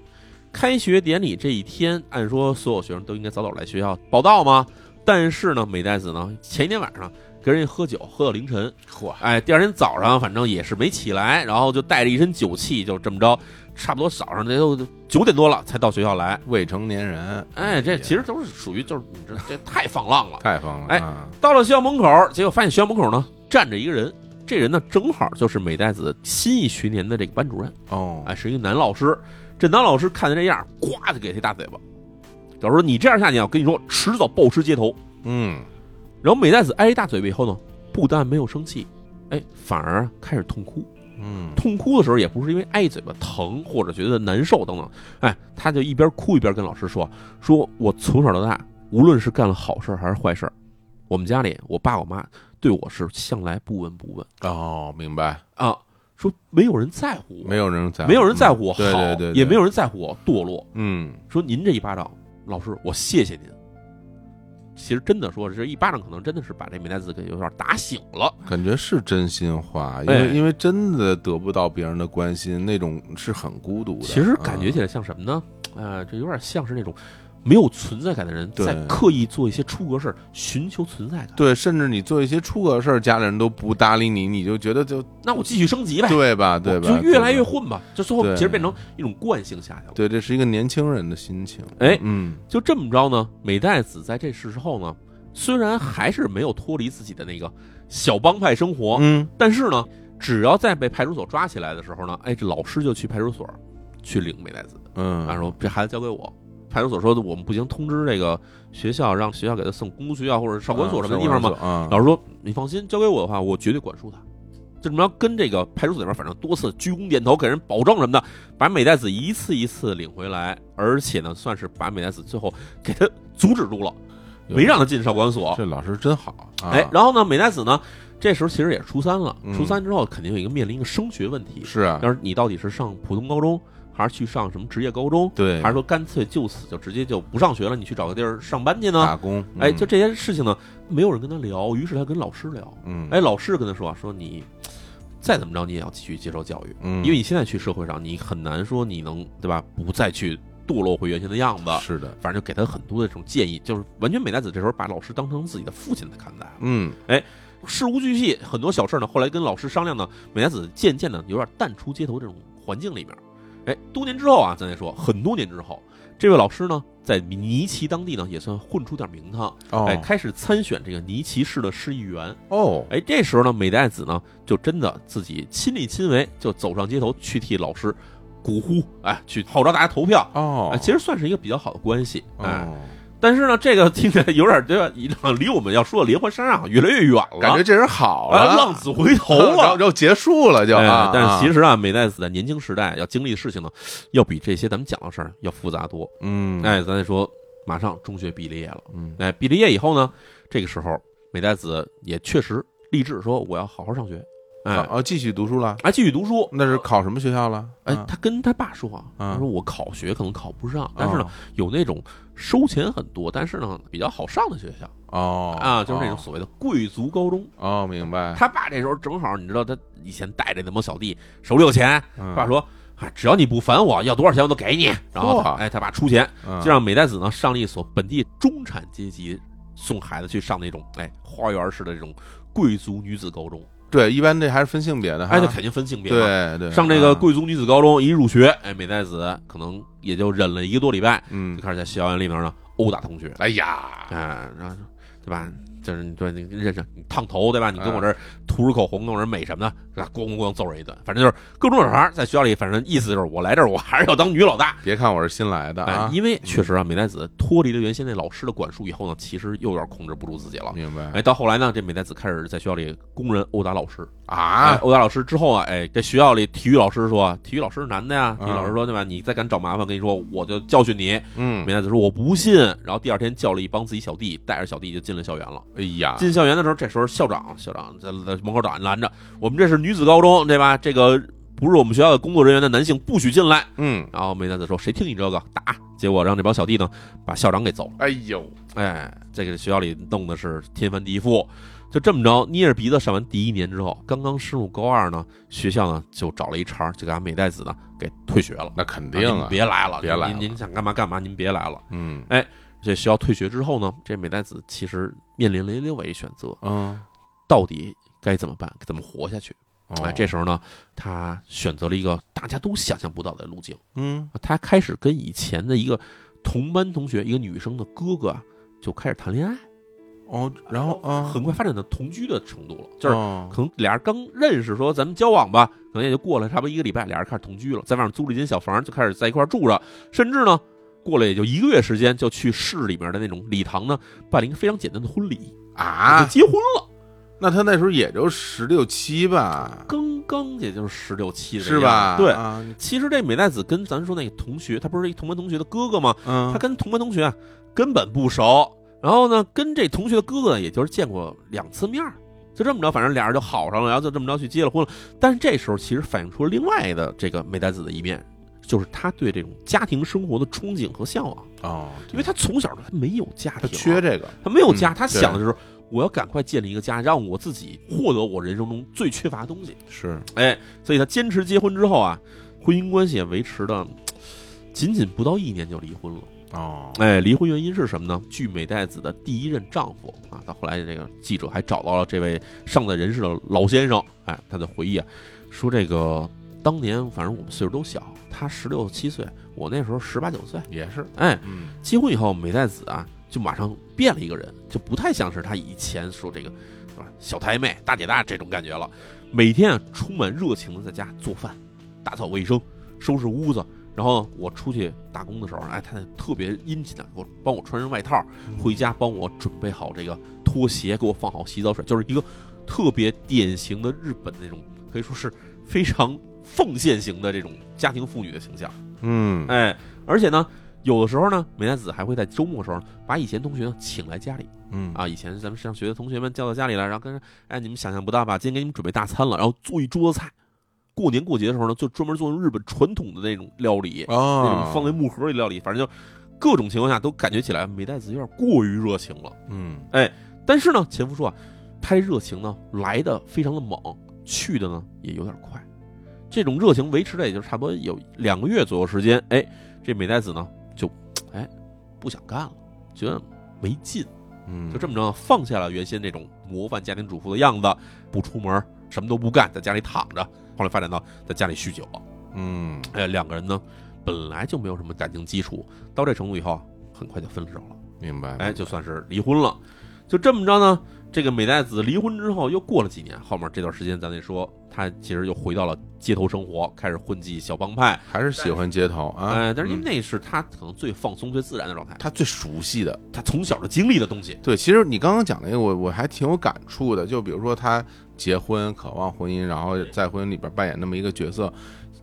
Speaker 1: 开学典礼这一天，按说所有学生都应该早早来学校报到嘛。但是呢，美代子呢前一天晚上跟人家喝酒，喝到凌晨，
Speaker 2: 嚯，
Speaker 1: 哎，第二天早上反正也是没起来，然后就带着一身酒气，就这么着，差不多早上得有九点多了才到学校来。
Speaker 2: 未成年人，
Speaker 1: 哎，这
Speaker 2: 呀
Speaker 1: 其实都是属于就是你这这太放浪了。
Speaker 2: 太疯了，
Speaker 1: 哎
Speaker 2: 啊，
Speaker 1: 到了学校门口，结果发现学校门口呢站着一个人，这人呢正好就是美代子新一学年的这个班主任，
Speaker 2: 哦，
Speaker 1: 哎，是一个男老师。这男老师看他这样，呱就给他一大嘴巴，就说你这样下去啊，我跟你说，迟早暴尸街头。
Speaker 2: 嗯，
Speaker 1: 然后美代子挨一大嘴巴以后呢，不但没有生气，哎，反而开始痛哭。
Speaker 2: 嗯，
Speaker 1: 痛哭的时候也不是因为挨嘴巴疼或者觉得难受等等，哎，他就一边哭一边跟老师说：“说我从小到大，无论是干了好事还是坏事儿，我们家里我爸我妈对我是向来不闻不问
Speaker 2: 哦，明白，
Speaker 1: 啊，说没有人在乎我，
Speaker 2: 没有人在乎，
Speaker 1: 没有人在乎我
Speaker 2: 嗯
Speaker 1: 好，
Speaker 2: 对对对，对
Speaker 1: 也没，有人在乎我堕落。
Speaker 2: 嗯，
Speaker 1: 说您这一巴掌，老师我谢谢您。”其实真的说，这一巴掌可能真的是把这美代子给有点打醒了。
Speaker 2: 感觉是真心话，因
Speaker 1: 哎
Speaker 2: 为因为真的得不到别人的关心，那种是很孤独的，
Speaker 1: 其实感觉
Speaker 2: 嗯
Speaker 1: 起来像什么呢？呃，这有点像是那种没有存在感的人
Speaker 2: 对
Speaker 1: 在刻意做一些出格事儿，寻求存在感。
Speaker 2: 对，甚至你做一些出格事儿，家里人都不搭理你，你就觉得就
Speaker 1: 那哎我继续升级呗，
Speaker 2: 对吧？对吧？
Speaker 1: 就越来越
Speaker 2: 对吧
Speaker 1: 混吧，就最后
Speaker 2: 对
Speaker 1: 其实变成一种惯性下去了。
Speaker 2: 对，这是一个年轻人的心情。
Speaker 1: 哎
Speaker 2: 嗯，
Speaker 1: 就这么着呢，美代子在这事之后呢，虽然还是没有脱离自己的那个小帮派生活，
Speaker 2: 嗯，
Speaker 1: 但是呢，只要在被派出所抓起来的时候呢，哎，这老师就去派出所去领美代子。啊，
Speaker 2: 嗯，
Speaker 1: 说这孩子交给我。派出所说的我们不行，通知这个学校，让学校给他送公学校或者少管
Speaker 2: 嗯啊
Speaker 1: 所什么地方嘛。
Speaker 2: 嘛
Speaker 1: 老师说你放心，交给我的话，我绝对管束他。就这么着，跟这个派出所那边反正多次鞠躬点头，给人保证什么的，把美代子一次一次领回来，而且呢，算是把美代子最后给他阻止住了，没让他进少管所。
Speaker 2: 这老师真好。啊
Speaker 1: 哎，然后呢，美代子呢，这时候其实也是初三了，
Speaker 2: 嗯
Speaker 1: 初三之后肯定有一个面临一个升学问题，
Speaker 2: 是啊，
Speaker 1: 要是你到底是上普通高中，还是去上什么职业高中？
Speaker 2: 对，
Speaker 1: 还是说干脆就此就直接就不上学了，你去找个地儿上班去呢？
Speaker 2: 打工。
Speaker 1: 哎，
Speaker 2: 嗯
Speaker 1: 就这些事情呢，没有人跟他聊，于是他跟老师聊。
Speaker 2: 嗯，
Speaker 1: 哎，，老师跟他说啊，说你再怎么着你也要继续接受教育，
Speaker 2: 嗯，
Speaker 1: 因为你现在去社会上，你很难说你能对吧，不再去堕落回原先的样子。
Speaker 2: 是的，
Speaker 1: 反正就给他很多的这种建议，就是完全美奈子这时候把老师当成自己的父亲在看待，
Speaker 2: 嗯，
Speaker 1: 事无巨细，很多小事呢，后来跟老师商量呢，美奈子渐渐的有点淡出街头这种环境里面。哎，多年之后啊，咱再说，很多年之后，这位老师呢，在尼奇当地呢，也算混出点名堂，
Speaker 2: 哦，
Speaker 1: 哎，开始参选这个尼奇市的市议员。
Speaker 2: 哦，
Speaker 1: 哎，这时候呢，美代子呢，就真的自己亲力亲为，就走上街头去替老师鼓呼，哎，去号召大家投票。
Speaker 2: 哦
Speaker 1: 哎，，其实算是一个比较好的关系，哎，
Speaker 2: 哦，
Speaker 1: 但是呢，这个听起来有点对吧？离我们要说的连环杀人案越来越远了，
Speaker 2: 感觉这人好
Speaker 1: 啊，
Speaker 2: 了，
Speaker 1: 浪子回头
Speaker 2: [LAUGHS] 然后
Speaker 1: 了。
Speaker 2: 然后结束了就
Speaker 1: 哎
Speaker 2: 啊。
Speaker 1: 但是其
Speaker 2: 实，
Speaker 1: 实啊，美代子在年轻时代要经历的事情呢，要比这些咱们讲的事儿要复杂多。
Speaker 2: 嗯，，
Speaker 1: 哎，咱再说，马上中学毕业了，
Speaker 2: 嗯，
Speaker 1: 哎，毕了业以后呢，这个时候美代子也确实立志说我要好好上学，哎，
Speaker 2: 哦，继续读书了，
Speaker 1: 还继续读书。
Speaker 2: 那是考什么学校了？
Speaker 1: 哎
Speaker 2: 啊，
Speaker 1: 他跟他爸说啊，
Speaker 2: 啊
Speaker 1: 他说我考学可能考不上，但是
Speaker 2: 哦嗯
Speaker 1: 呢，，有那种收钱很多，但是呢比较好上的学校
Speaker 2: 哦，
Speaker 1: 啊，就是那种
Speaker 2: 哦
Speaker 1: 所谓的贵族高中。
Speaker 2: 哦，明白。
Speaker 1: 他爸这时候正好，你知道他以前带着那帮小弟手里有钱，
Speaker 2: 嗯
Speaker 1: 爸，说：“啊，只要你不烦我，要多少钱我都给你。”然后他
Speaker 2: 嚯
Speaker 1: 哎，他爸出钱，
Speaker 2: 嗯
Speaker 1: 就让美代子呢上了一所本地中产阶级送孩子去上那种哎花园式的这种贵族女子高中。
Speaker 2: 对，一般这还是分性别的哈，
Speaker 1: 哎，那肯定分性别嘛。
Speaker 2: 啊对对，
Speaker 1: 上这个
Speaker 2: 啊，
Speaker 1: 贵族女子高中一入学，哎，美代子可能也就忍了一个多礼拜，
Speaker 2: 嗯
Speaker 1: 就，开始在校园里面呢殴打同学。
Speaker 2: 哎呀，
Speaker 1: 哎，然后对吧？就是你对你认识你烫头对吧？你跟我这儿
Speaker 2: 嗯
Speaker 1: 涂着口红，跟我这儿美什么的，是吧？咣咣咣揍人一顿，反正就是各种找茬儿。在学校里，反正意思就是我来这儿，我还是要当女老大。
Speaker 2: 别看我是新来的
Speaker 1: 哎
Speaker 2: 啊，，
Speaker 1: 因为确实啊，美代子脱离了原先那老师的管束以后呢，其实又有点控制不住自己了。
Speaker 2: 明白
Speaker 1: 哎，到后来呢，这美代子开始在学校里公然殴打老师哎
Speaker 2: 啊？
Speaker 1: 殴打老师之后啊，哎，这学校里体育老师说，体育老师是男的呀，体育
Speaker 2: 啊
Speaker 1: 老师说对吧？你再敢找麻烦，跟你说我就教训你。
Speaker 2: 嗯，
Speaker 1: 美代子说我不信，然后第二天叫了一帮自己小弟，带着小弟就进了校园了。
Speaker 2: 哎呀，
Speaker 1: 进校园的时候，这时候校长校长在在门口挡拦着，我们这是女子高中，对吧？这个不是我们学校的工作人员的男性不许进来。
Speaker 2: 嗯，
Speaker 1: 然后梅男子说：“谁听你这个打？”结果让这帮小弟呢把校长给揍了。
Speaker 2: 哎呦，
Speaker 1: 哎，这个学校里弄的是天翻地覆。就这么着，捏着鼻子上完第一年之后，刚刚升入高二呢，学校呢就找了一茬儿，就给俺美代子呢给退学了。
Speaker 2: 那肯定
Speaker 1: 啊您
Speaker 2: 啊，
Speaker 1: 别来了，
Speaker 2: 别来了
Speaker 1: 您您想干嘛干嘛，您别来了。
Speaker 2: 嗯
Speaker 1: 这学校退学之后呢，这美代子其实面临了另外一选择，
Speaker 2: 嗯，
Speaker 1: 到底该怎么办，怎么活下去？
Speaker 2: 哦
Speaker 1: 哎，这时候呢，他选择了一个大家都想象不到的路径。啊
Speaker 2: 嗯
Speaker 1: 他开始跟以前的一个同班同学，一个女生的哥哥啊，就开始谈恋爱，
Speaker 2: 哦，然后啊，
Speaker 1: 很快发展到同居的程度了，就是。
Speaker 2: 哦
Speaker 1: 可能俩人刚认识，说咱们交往吧，可能也就过了差不多一个礼拜，俩人开始同居了，在外面租了一间小房，就开始在一块儿住着，甚至呢，过了也就一个月时间，就去市里面的那种礼堂呢，办了一个非常简单的婚礼，就
Speaker 2: 啊，
Speaker 1: 结婚了，
Speaker 2: 那他那时候也就十六七吧，
Speaker 1: 刚刚也就是十六七的
Speaker 2: 是
Speaker 1: 样子
Speaker 2: 吧？
Speaker 1: 对，
Speaker 2: 啊
Speaker 1: 其实这美代子跟咱说那个同学，他不是一同班同学的哥哥吗？
Speaker 2: 嗯，
Speaker 1: 他跟同班同学啊根本不熟，然后呢，跟这同学的哥哥呢也就是见过两次面儿，就这么着，反正俩人就好上了，然后就这么着去结了婚了。但是这时候其实反映出另外的这个美代子的一面，就是他对这种家庭生活的憧憬和向往，
Speaker 2: 哦，
Speaker 1: 因为他从小他没有家
Speaker 2: 他
Speaker 1: 庭，啊
Speaker 2: 缺这个，
Speaker 1: 他没有家，
Speaker 2: 嗯
Speaker 1: 他想的就是我要赶快建立一个家，让我自己获得我人生中最缺乏的东西。
Speaker 2: 是
Speaker 1: 哎，所以他坚持结婚之后啊，婚姻关系也维持的仅仅不到一年就离婚了。
Speaker 2: 哦，
Speaker 1: 哎，离婚原因是什么呢？据美代子的第一任丈夫啊，到后来这个记者还找到了这位尚在人世的老先生，哎，他的回忆啊，说这个当年反正我们岁数都小，他十六七岁，我那时候十八九岁，
Speaker 2: 也是，
Speaker 1: 哎，
Speaker 2: 嗯
Speaker 1: 结婚以后美代子啊就马上变了一个人，就不太像是他以前说这个是吧小太妹、大姐大这种感觉了，每天啊充满热情的在家做饭、打扫卫生、收拾屋子。然后我出去打工的时候，哎，他特别殷勤的给我帮我穿上外套，回家帮我准备好这个拖鞋，给我放好洗澡水，就是一个特别典型的日本那种，可以说是非常奉献型的这种家庭妇女的形象。
Speaker 2: 嗯，
Speaker 1: 哎，而且呢，有的时候呢，美奈子还会在周末的时候呢把以前同学呢请来家里
Speaker 2: 嗯
Speaker 1: 啊，以前咱们上学的同学们叫到家里来，然后跟人哎，你们想象不到吧，今天给你们准备大餐了，然后做一桌子菜。过年过节的时候呢，就专门做日本传统的那种料理，那
Speaker 2: 哦
Speaker 1: 种，放在木盒里料理，反正就各种情况下都感觉起来美代子有点过于热情了。
Speaker 2: 嗯
Speaker 1: 但是呢，前夫说啊，他这热情呢来的非常的猛，去的呢也有点快，这种热情维持的也就差不多有两个月左右时间。哎，这美代子呢就哎不想干了，觉得没劲，
Speaker 2: 嗯，
Speaker 1: 就这么着放下了原先那种模范家庭主妇的样子，不出门，什么都不干，在家里躺着。后来发展到在家里酗酒了。
Speaker 2: 嗯
Speaker 1: 哎，两个人呢本来就没有什么感情基础，到这程度以后，啊很快就分手了。
Speaker 2: 明白，
Speaker 1: 哎，就算是离婚了。就这么着呢，这个美代子离婚之后又过了几年，后面这段时间咱得说，她其实又回到了街头生活，开始混迹小帮派。
Speaker 2: 还是喜欢街头啊，
Speaker 1: 哎，但是因为
Speaker 2: 嗯
Speaker 1: 那是她可能最放松、最自然的状态，
Speaker 2: 他最熟悉的，
Speaker 1: 她从小就经历的东西。
Speaker 2: 对，其实你刚刚讲那个，我我还挺有感触的。就比如说他结婚，渴望婚姻，然后在婚姻里边扮演那么一个角色，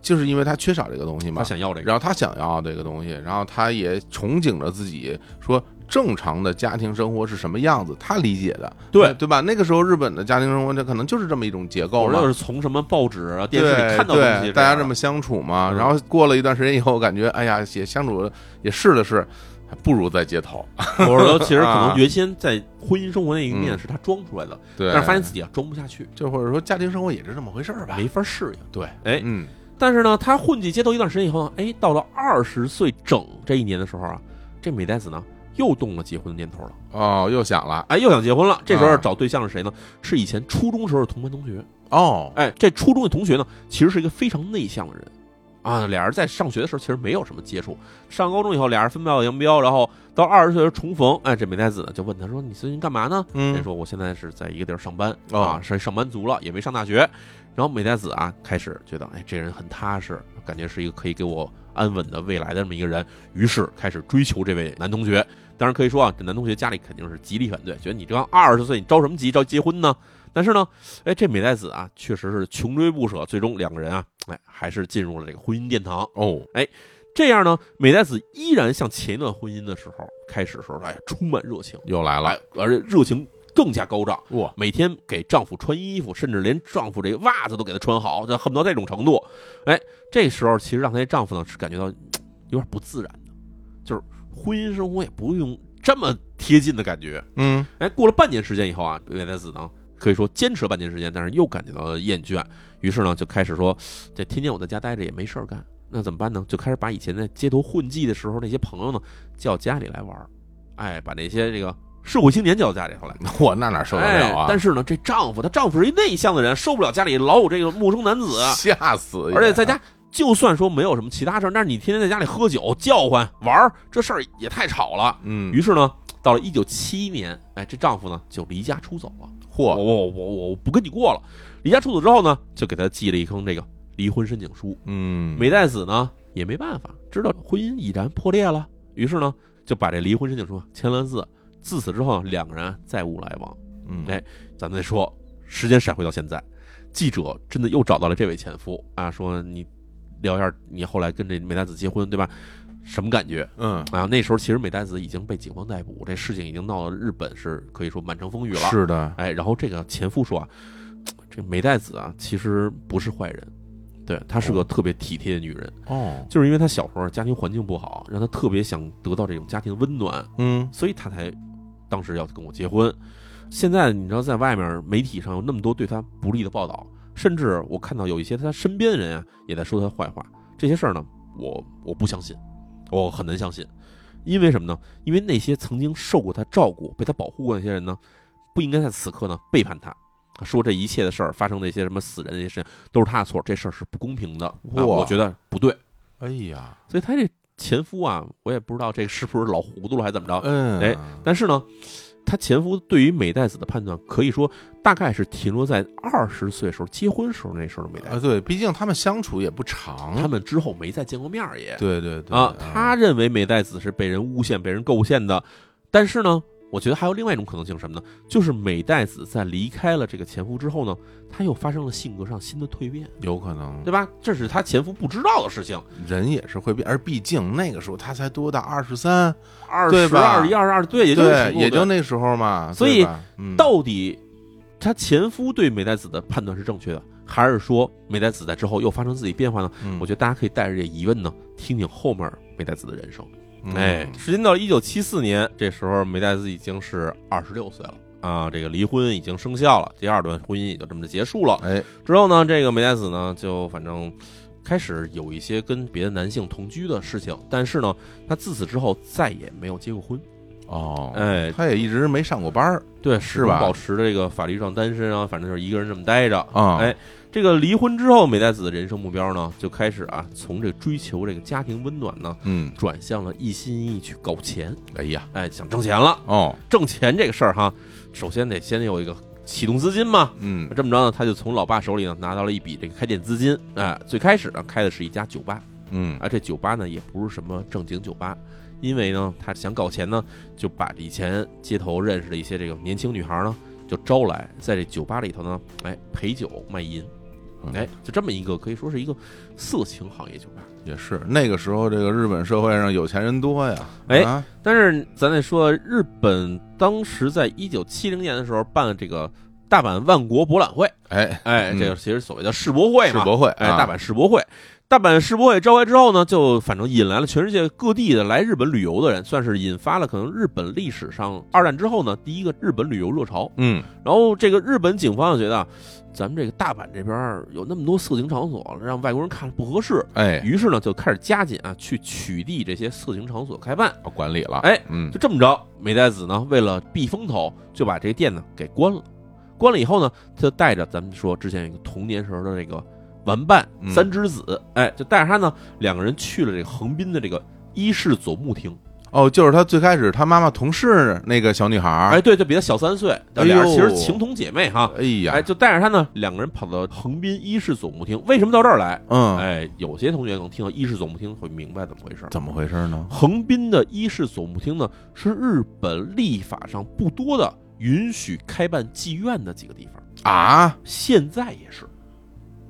Speaker 2: 就是因为他缺少这个东西嘛
Speaker 1: 她。想要这个，
Speaker 2: 然后他想要这个东西，然后他也憧憬着自己说正常的家庭生活是什么样子，他理解的，
Speaker 1: 对
Speaker 2: 对吧？那个时候日本的家庭生活，这可能就是这么一种结构
Speaker 1: 我
Speaker 2: 嘛
Speaker 1: 就。是从什么报纸啊、电视
Speaker 2: 对
Speaker 1: 里看到的东西
Speaker 2: 对，，大家
Speaker 1: 这
Speaker 2: 这
Speaker 1: 样
Speaker 2: 么
Speaker 1: 的
Speaker 2: 相处嘛。
Speaker 1: 嗯
Speaker 2: 然后过了一段时间以后，感觉哎呀，也相处也试了试，还不如在街头。 [LAUGHS]
Speaker 1: 我是说，其实可
Speaker 2: 啊
Speaker 1: 能原先在婚姻生活那一面
Speaker 2: 嗯
Speaker 1: 是她装出来的，
Speaker 2: 对，
Speaker 1: 但是发现自己啊装不下去，
Speaker 2: 就或者说家庭生活也是这么回事儿吧。
Speaker 1: 没法适应。
Speaker 2: 对，
Speaker 1: 哎，
Speaker 2: 嗯
Speaker 1: 但是呢，他混迹街头一段时间以后呢，哎，到了二十岁整这一年的时候啊，这美代子呢又动了结婚的念头了，
Speaker 2: 哦，又想了
Speaker 1: 哎，又想结婚了。这时候
Speaker 2: 啊
Speaker 1: 找对象是谁呢？是以前初中时候的同班同学。
Speaker 2: 哦，
Speaker 1: 哎，这初中的同学呢，其实是一个非常内向的人，啊，俩人在上学的时候其实没有什么接触，上高中以后俩人分道扬镳，然后到二十岁时重逢，哎，这美代子呢就问他说：“你最近干嘛呢？”人
Speaker 2: 嗯，
Speaker 1: 哎说：“我现在是在一个地儿上班
Speaker 2: 哦
Speaker 1: 啊，是上班族了，也没上大学。”然后美代子啊开始觉得，哎，这人很踏实，感觉是一个可以给我安稳的未来的这么一个人，于是开始追求这位男同学。当然可以说啊，这男同学家里肯定是极力反对，觉得你这刚二十岁，你着什么急着结婚呢？但是呢，哎，这美代子啊，确实是穷追不舍，最终两个人啊，哎，还是进入了这个婚姻殿堂。哎
Speaker 2: 哦，
Speaker 1: 这样呢，美代子依然像前一段婚姻的时候开始的时候，哎，充满热情，
Speaker 2: 又来了，
Speaker 1: 哎，而且热情更加高涨。
Speaker 2: 哇，
Speaker 1: 每天给丈夫穿衣服，甚至连丈夫这个袜子都给他穿好，这恨不得这种程度。哎，这时候其实让她这丈夫呢是感觉到嘖有点不自然的，就是婚姻生活也不用这么贴近的感觉。
Speaker 2: 嗯， [LAUGHS]
Speaker 1: 哎，过了半年时间以后啊，美代子呢可以说坚持了半年时间，但是又感觉到了厌倦，于是呢就开始说，这天天我在家待着也没事儿干，那怎么办呢？就开始把以前在街头混迹的时候那些朋友呢叫家里来玩儿，哎，把那些这个社会青年叫家里头来。
Speaker 2: 我那哪受得了
Speaker 1: 哎
Speaker 2: 啊？！
Speaker 1: 但是呢，这丈夫她丈夫是一内向的人，受不了家里老有这个陌生男子，
Speaker 2: 吓死！
Speaker 1: 啊而且在，家就算说没有什么其他事儿，但是你天天在家里喝酒、叫唤、玩儿，这事儿也太吵了。
Speaker 2: 嗯，
Speaker 1: 于是呢，到了一九七一年，哎，这丈夫呢就离家出走了。我
Speaker 2: 嚯，
Speaker 1: 我我我我不跟你过了。离家出走之后呢，就给他寄了一封这个离婚申请书。
Speaker 2: 嗯，
Speaker 1: 美代子呢也没办法，知道婚姻已然破裂了，于是呢就把这离婚申请书签了字。自此之后，两个人再无来往。
Speaker 2: 嗯，
Speaker 1: 哎咱们再说，时间闪回到现在，记者真的又找到了这位前夫啊，说你聊一下你后来跟这美代子结婚对吧？什么感觉？
Speaker 2: 嗯，
Speaker 1: 啊，那时候其实美代子已经被警方逮捕，这事情已经闹到日本是可以说满城风雨了。，
Speaker 2: 是的，
Speaker 1: 哎，然后这个前夫说啊，这美代子啊其实不是坏人，对她是个特别体贴的女人，
Speaker 2: 哦，
Speaker 1: 就是因为她小时候家庭环境不好，让她特别想得到这种家庭温暖，
Speaker 2: 嗯，
Speaker 1: 所以她才当时要跟我结婚。现在你知道，在外面媒体上有那么多对她不利的报道，甚至我看到有一些她身边的人啊也在说她坏话，这些事儿呢，我我不相信，我很难相信，因为什么呢？因为那些曾经受过她照顾、被她保护过的那些人呢，不应该在此刻呢背叛她。说这一切的事儿发生那些什么死人那些事，都是她的错，这事儿是不公平的，啊
Speaker 2: 哇
Speaker 1: 我觉得不对。
Speaker 2: 哎呀，
Speaker 1: 所以她这前夫啊，我也不知道这是不是老糊涂了，还是怎么着？
Speaker 2: 嗯，
Speaker 1: 哎，但是呢，她前夫对于美代子的判断，可以说大概是停留在二十岁时候结婚时候那时候的美代
Speaker 2: 啊，
Speaker 1: 子，
Speaker 2: 对，毕竟他们相处也不长，
Speaker 1: 他们之后没再见过面儿也。
Speaker 2: 呃对对嗯对
Speaker 1: 啊，他认为美代子是被人诬陷、被人构陷的，但是呢，我觉得还有另外一种可能性是什么呢？就是美代子在离开了这个前夫之后呢，她又发生了性格上新的蜕变，
Speaker 2: 有可能
Speaker 1: 对吧？这是她前夫不知道的事情。
Speaker 2: 人也是会变，而毕竟那个时候他才多大，二十三，
Speaker 1: 二
Speaker 2: 对
Speaker 1: 十、
Speaker 2: 吧
Speaker 1: 二十一、二十二，对，也就是
Speaker 2: 对，
Speaker 1: 15
Speaker 2: 也就
Speaker 1: 对
Speaker 2: 那时候嘛，
Speaker 1: 所以
Speaker 2: 对吧嗯
Speaker 1: 到底她前夫对美代子的判断是正确的，还是说美代子在之后又发生自己变化呢？
Speaker 2: 嗯
Speaker 1: 我觉得大家可以带着这疑问呢，听听后面美代子的人生。
Speaker 2: 嗯
Speaker 1: 哎，时间到一九七四年，这时候梅代子已经是二十六岁了啊，这个离婚已经生效了，第二段婚姻也就这么着结束了。
Speaker 2: 哎，
Speaker 1: 之后呢，这个梅代子呢，就反正开始有一些跟别的男性同居的事情，但是呢，她自此之后再也没有结过婚。
Speaker 2: 哦，
Speaker 1: 哎，
Speaker 2: 他也一直没上过班儿
Speaker 1: 对，始终
Speaker 2: 吧
Speaker 1: 保持着这个法律上单身啊，反正就是一个人这么待着。
Speaker 2: 啊，
Speaker 1: 哎这个离婚之后，美代子的人生目标呢，就开始啊，从这追求这个家庭温暖呢，
Speaker 2: 嗯，
Speaker 1: 转向了一心一意去搞钱，
Speaker 2: 哎呀，
Speaker 1: 哎，想挣钱了。
Speaker 2: 哦，
Speaker 1: 挣钱这个事儿哈，首先得先有一个启动资金嘛。
Speaker 2: 嗯，
Speaker 1: 这么着呢，他就从老爸手里呢拿到了一笔这个开店资金。哎、最开始呢开的是一家酒吧，
Speaker 2: 嗯，
Speaker 1: 啊，这酒吧呢也不是什么正经酒吧，因为呢他想搞钱呢，就把以前街头认识的一些这个年轻女孩呢就招来，在这酒吧里头呢，哎陪酒卖淫，
Speaker 2: 嗯
Speaker 1: 哎，就这么一个可以说是一个色情行业酒吧。
Speaker 2: 也是那个时候，这个日本社会上有钱人多呀，
Speaker 1: 哎
Speaker 2: 啊
Speaker 1: 但是咱得说，日本当时在一九七零年的时候办这个大阪万国博览会。
Speaker 2: 哎，
Speaker 1: 哎，
Speaker 2: 嗯
Speaker 1: 这个其实所谓的世博会
Speaker 2: 世
Speaker 1: 嘛，
Speaker 2: 博会，
Speaker 1: 哎，
Speaker 2: 啊
Speaker 1: 大阪世博会，大阪世博会召开之后呢，就反正引来了全世界各地的来日本旅游的人，算是引发了可能日本历史上二战之后呢第一个日本旅游热潮。
Speaker 2: 嗯，
Speaker 1: 然后这个日本警方就觉得啊，咱们这个大阪这边儿有那么多色情场所，让外国人看了不合适，
Speaker 2: 哎，
Speaker 1: 于是呢就开始加紧啊去取缔这些色情场所开办。
Speaker 2: 管理了，
Speaker 1: 哎，
Speaker 2: 嗯
Speaker 1: 就，这么着，美代子呢，为了避风头，就把这个店呢给关了。关了以后呢，他就带着咱们说之前有一个童年时候的这个玩伴
Speaker 2: 嗯
Speaker 1: 三之子，哎，就带着他呢，两个人去了这个横滨的这个伊势佐木町。
Speaker 2: 哦，就是他最开始他妈妈同事那个小女孩儿
Speaker 1: 哎，，对，就比他小三岁，
Speaker 2: 哎呦
Speaker 1: 俩人其实情同姐妹哈。
Speaker 2: 哎呀，
Speaker 1: 哎，就带着他呢，两个人跑到横滨伊势佐木町。为什么到这儿来？
Speaker 2: 嗯，
Speaker 1: 哎，有些同学可能听到伊势佐木町会明白怎么回事。
Speaker 2: 怎么回事呢？
Speaker 1: 横滨的伊势佐木町呢，是日本立法上不多的允许开办妓院的几个地方，
Speaker 2: 啊
Speaker 1: 现在也是。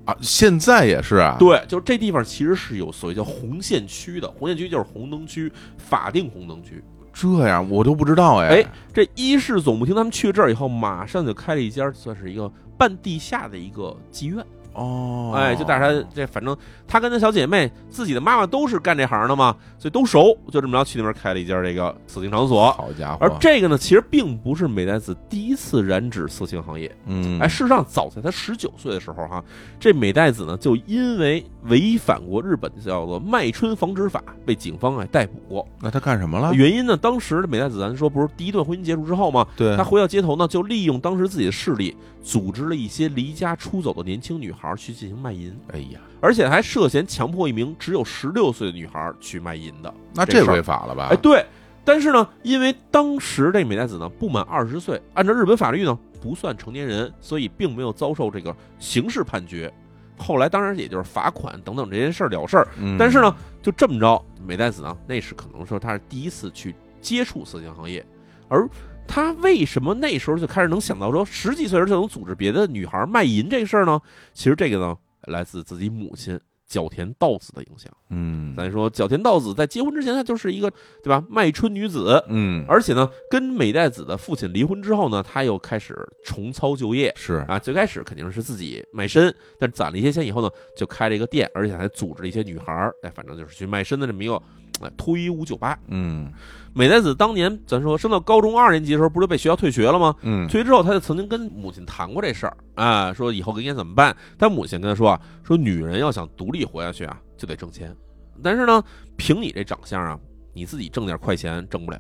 Speaker 2: 啊，现在也是啊，
Speaker 1: 对，就是这地方其实是有所谓叫红线区的，红线区就是红灯区，法定红灯区。
Speaker 2: 这样我都不知道哎
Speaker 1: 哎，这伊势总部厅他们去了这儿以后，马上就开了一家算是一个半地下的一个妓院。
Speaker 2: 哦，
Speaker 1: 哎，就带着他这，反正他跟他小姐妹自己的妈妈都是干这行的嘛，所以都熟，就这么着去那边开了一家这个色情场所。
Speaker 2: 好家伙，
Speaker 1: 而这个呢，其实并不是美代子第一次染指色情行业。
Speaker 2: 嗯，
Speaker 1: 哎，事实上，早在他十九岁的时候，哈，这美代子呢就因为违反过日本叫做《卖春防止法》，被警方哎逮捕过。
Speaker 2: 那他干什么了？
Speaker 1: 原因呢，当时美代子咱说不是第一段婚姻结束之后吗？
Speaker 2: 对
Speaker 1: 她，回到街头呢，就利用当时自己的势力，组织了一些离家出走的年轻女孩去进行卖淫，
Speaker 2: 哎呀，
Speaker 1: 而且还涉嫌强迫一名只有十六岁的女孩去卖淫的。
Speaker 2: 那
Speaker 1: 这
Speaker 2: 这
Speaker 1: 事儿
Speaker 2: 违法了吧？
Speaker 1: 哎，对，但是呢，因为当时这美代子呢不满二十岁，按照日本法律呢不算成年人，所以并没有遭受这个刑事判决。后来当然也就是罚款等等这些事儿了事儿。
Speaker 2: 嗯，
Speaker 1: 但是呢，就这么着，美代子呢那是可能说她是第一次去接触色情行业，而她为什么那时候就开始能想到说十几岁时候就能组织别的女孩卖淫这事儿呢？其实这个呢来自自己母亲角田道子的影响。
Speaker 2: 嗯，
Speaker 1: 咱说角田道子在结婚之前，她就是一个对吧卖春女子，
Speaker 2: 嗯，
Speaker 1: 而且呢，跟美代子的父亲离婚之后呢，她又开始重操旧业
Speaker 2: 是
Speaker 1: 啊。最开始肯定是自己卖身，但攒了一些钱以后呢，就开了一个店，而且还组织了一些女孩儿，哎，反正就是去卖身的这么一个。哎，脱衣舞酒吧，
Speaker 2: 嗯
Speaker 1: 美代子当年咱说升到高中二年级的时候，不是被学校退学了吗？
Speaker 2: 嗯，
Speaker 1: 退学之后，她就曾经跟母亲谈过这事儿啊，说以后应该怎么办。但母亲跟她说啊，说女人要想独立活下去啊，就得挣钱。但是呢，凭你这长相啊，你自己挣点快钱挣不了。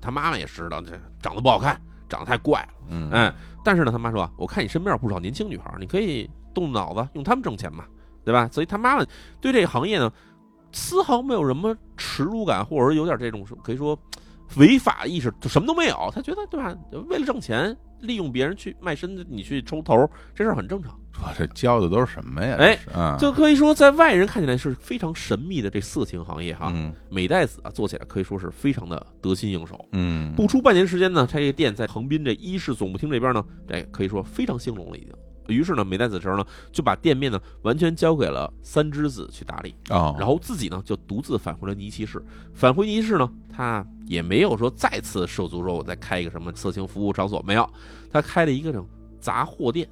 Speaker 1: 她妈妈也知道，这长得不好看，长得太怪了，
Speaker 2: 嗯
Speaker 1: 哎。但是呢，她妈说啊，我看你身边有不少年轻女孩儿，你可以动动脑子，用她们挣钱嘛，对吧？所以她妈妈对这个行业呢，丝毫没有什么耻辱感，或者说有点这种可以说违法意识，就什么都没有。他觉得对吧？为了挣钱，利用别人去卖身，你去抽头，这事儿很正常。
Speaker 2: 我这教的都是什么呀？
Speaker 1: 哎
Speaker 2: 这是，啊，
Speaker 1: 就可以说，在外人看起来是非常神秘的这色情行业哈。
Speaker 2: 嗯
Speaker 1: 美代子啊，做起来可以说是非常的得心应手。
Speaker 2: 嗯，
Speaker 1: 不出半年时间呢，他这个店在横滨这伊势总部厅这边呢，这可以说非常兴隆了已经。于是呢，美代子这儿呢就把店面呢完全交给了三之子去打理。
Speaker 2: 哦，
Speaker 1: 然后自己呢就独自返回了尼奇市。返回尼奇市呢，他也没有说再次涉足说我再开一个什么色情服务场所，没有，他开了一个这种杂货店。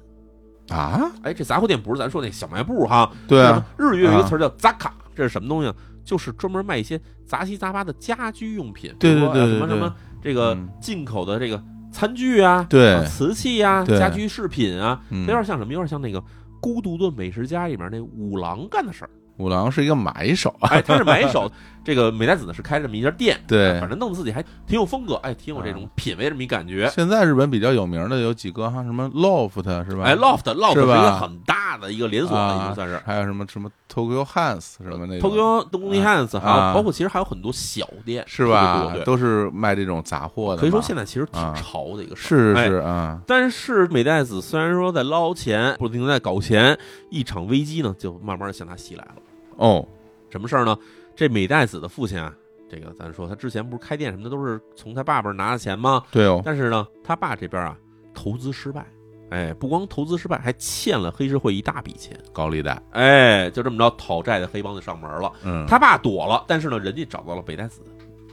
Speaker 2: 啊，
Speaker 1: 哎，这杂货店不是咱说那小卖部哈，
Speaker 2: 对啊，
Speaker 1: 就是日语有一个词儿叫杂卡，这是什么东西啊？就是专门卖一些杂七杂八的家居用品，比如说
Speaker 2: 对对
Speaker 1: 啊什
Speaker 2: 对
Speaker 1: 么
Speaker 2: 对
Speaker 1: 什么这个
Speaker 2: 嗯
Speaker 1: 进口的这个餐具啊，
Speaker 2: 对
Speaker 1: 啊瓷器啊，
Speaker 2: 对
Speaker 1: 家居饰品啊，有
Speaker 2: 嗯
Speaker 1: 点像什么？有点像那个《孤独的美食家》里面那五郎干的
Speaker 2: [LAUGHS]
Speaker 1: 事儿。
Speaker 2: 五郎是一个买手，啊
Speaker 1: [LAUGHS] 哎，他是买手。这个美代子呢是开这么一家店，哎
Speaker 2: 对啊
Speaker 1: 反正弄得自己还挺有风格，哎，挺有这种品味这么一感觉。
Speaker 2: [LAUGHS] 现在日本比较有名的有几个哈，什么 Loft 是吧？
Speaker 1: 哎，loft loft 是
Speaker 2: 是
Speaker 1: 一
Speaker 2: 吧
Speaker 1: 个很大的一个连锁了，已经
Speaker 2: 啊
Speaker 1: 算是。
Speaker 2: 还有什么什么 Tokyo Hans 什么那种
Speaker 1: Tokyo 东京 Hands 啊，
Speaker 2: 啊
Speaker 1: 包括其实还有很多小店，
Speaker 2: 是
Speaker 1: 特
Speaker 2: 吧
Speaker 1: 别？多对，
Speaker 2: 都是卖这种杂货的嘛，
Speaker 1: 可以说现在其实挺
Speaker 2: 啊
Speaker 1: 潮的一个事儿
Speaker 2: 是
Speaker 1: 哎
Speaker 2: 是啊，
Speaker 1: 但是美代子虽然说在捞钱，不停地在搞钱，一场危机呢就慢慢的向他袭来了。
Speaker 2: 哦，
Speaker 1: 什么事儿呢？这美代子的父亲啊，这个咱说他之前不是开店什么的都是从他爸爸拿的钱吗？
Speaker 2: 对哦，
Speaker 1: 但是呢，他爸这边啊，投资失败，哎，不光投资失败，还欠了黑社会一大笔钱，
Speaker 2: 高利贷，
Speaker 1: 哎，就这么着讨债的黑帮就上门了。
Speaker 2: 嗯，
Speaker 1: 他爸躲了，但是呢，人家找到了北代子，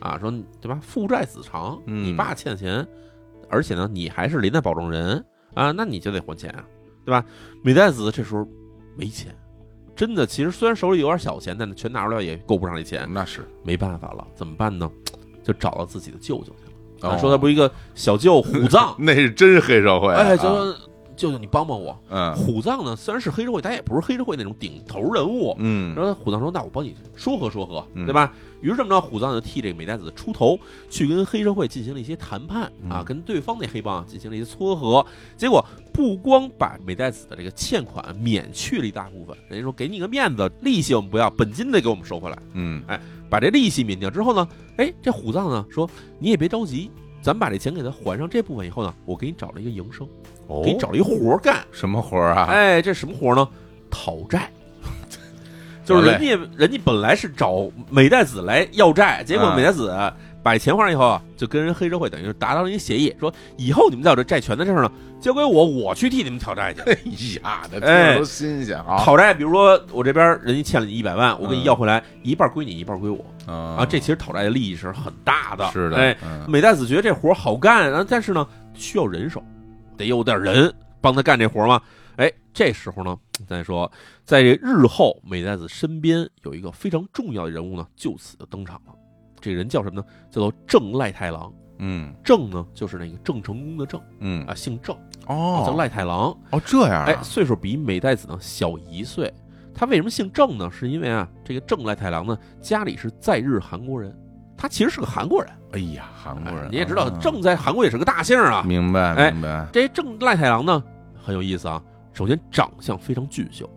Speaker 1: 啊，说你对吧，父债子偿，
Speaker 2: 嗯
Speaker 1: 你爸欠钱，而且呢，你还是连带保证人啊，那你就得还钱啊，对吧？美代子这时候没钱，真的，其实虽然手里有点小钱，但是全拿出来也够不上这钱，
Speaker 2: 嗯那是
Speaker 1: 没办法了，怎么办呢？就找到自己的舅舅去了。
Speaker 2: 哦 [LAUGHS]，
Speaker 1: 咱说他不是一个小舅虎藏
Speaker 2: 那是真黑社会啊，
Speaker 1: 哎，就说舅舅你帮帮我。
Speaker 2: 嗯
Speaker 1: 虎藏呢，虽然是黑社会，但也不是黑社会那种顶头人物。
Speaker 2: 嗯
Speaker 1: 然后虎藏说：“那我帮你说和说和，
Speaker 2: 嗯
Speaker 1: 对吧？”于是这么着，虎藏就替这个美代子出头，去跟黑社会进行了一些谈判啊，
Speaker 2: 嗯
Speaker 1: 跟对方那黑帮啊进行了一些撮合。结果不光把美代子的这个欠款免去了一大部分，人家说给你个面子，利息我们不要，本金得给我们收回来。
Speaker 2: 嗯
Speaker 1: 把这利息免掉之后呢，哎，这虎藏呢说你也别着急，咱把这钱给他还上这部分以后呢，我给你找了一个营生，
Speaker 2: 哦
Speaker 1: 给你找了一活儿干。
Speaker 2: 什么活儿啊？
Speaker 1: 哎，这什么活儿呢？讨 [LAUGHS] 债。就是人家人家本来是找美代子来要债，结果
Speaker 2: 嗯
Speaker 1: 美代子把钱还上以后啊，就跟人黑社会等于是达到了一个协议，说以后你们在有这债权的事儿呢，交给我，我去替你们讨债去。
Speaker 2: 哎呀，这听
Speaker 1: 哎
Speaker 2: 着都新鲜啊！
Speaker 1: [LAUGHS] 讨债，比如说我这边人家欠了你一百万，我给你
Speaker 2: 嗯
Speaker 1: 要回来，一半归你，一半归我啊。
Speaker 2: 啊
Speaker 1: 这其实讨债的利益是很大的，
Speaker 2: 是的，
Speaker 1: 哎，
Speaker 2: 嗯
Speaker 1: 美代子觉得这活儿好干，然后但是呢，需要人手，得有点人帮他干这活儿嘛。哎，这时候呢，咱说，在这日后美代子身边有一个非常重要的人物呢，就此就登场了。这个人叫什么呢？叫做郑赖太郎。
Speaker 2: 嗯
Speaker 1: 郑呢，就是那个郑成功的郑
Speaker 2: 嗯
Speaker 1: 啊，姓郑，
Speaker 2: 哦，
Speaker 1: 叫赖太郎。
Speaker 2: 哦这样啊，
Speaker 1: 哎，岁数比美代子呢小一岁。他为什么姓郑呢？是因为啊，这个郑赖太郎呢，家里是在日韩国人，他其实是个韩国人。
Speaker 2: 哎呀，韩国人
Speaker 1: 你也知道，
Speaker 2: 啊
Speaker 1: 郑在韩国也是个大姓儿啊。
Speaker 2: 明白
Speaker 1: 哎
Speaker 2: 明白，
Speaker 1: 这郑赖太郎呢，很有意思啊。首先长相非常俊秀，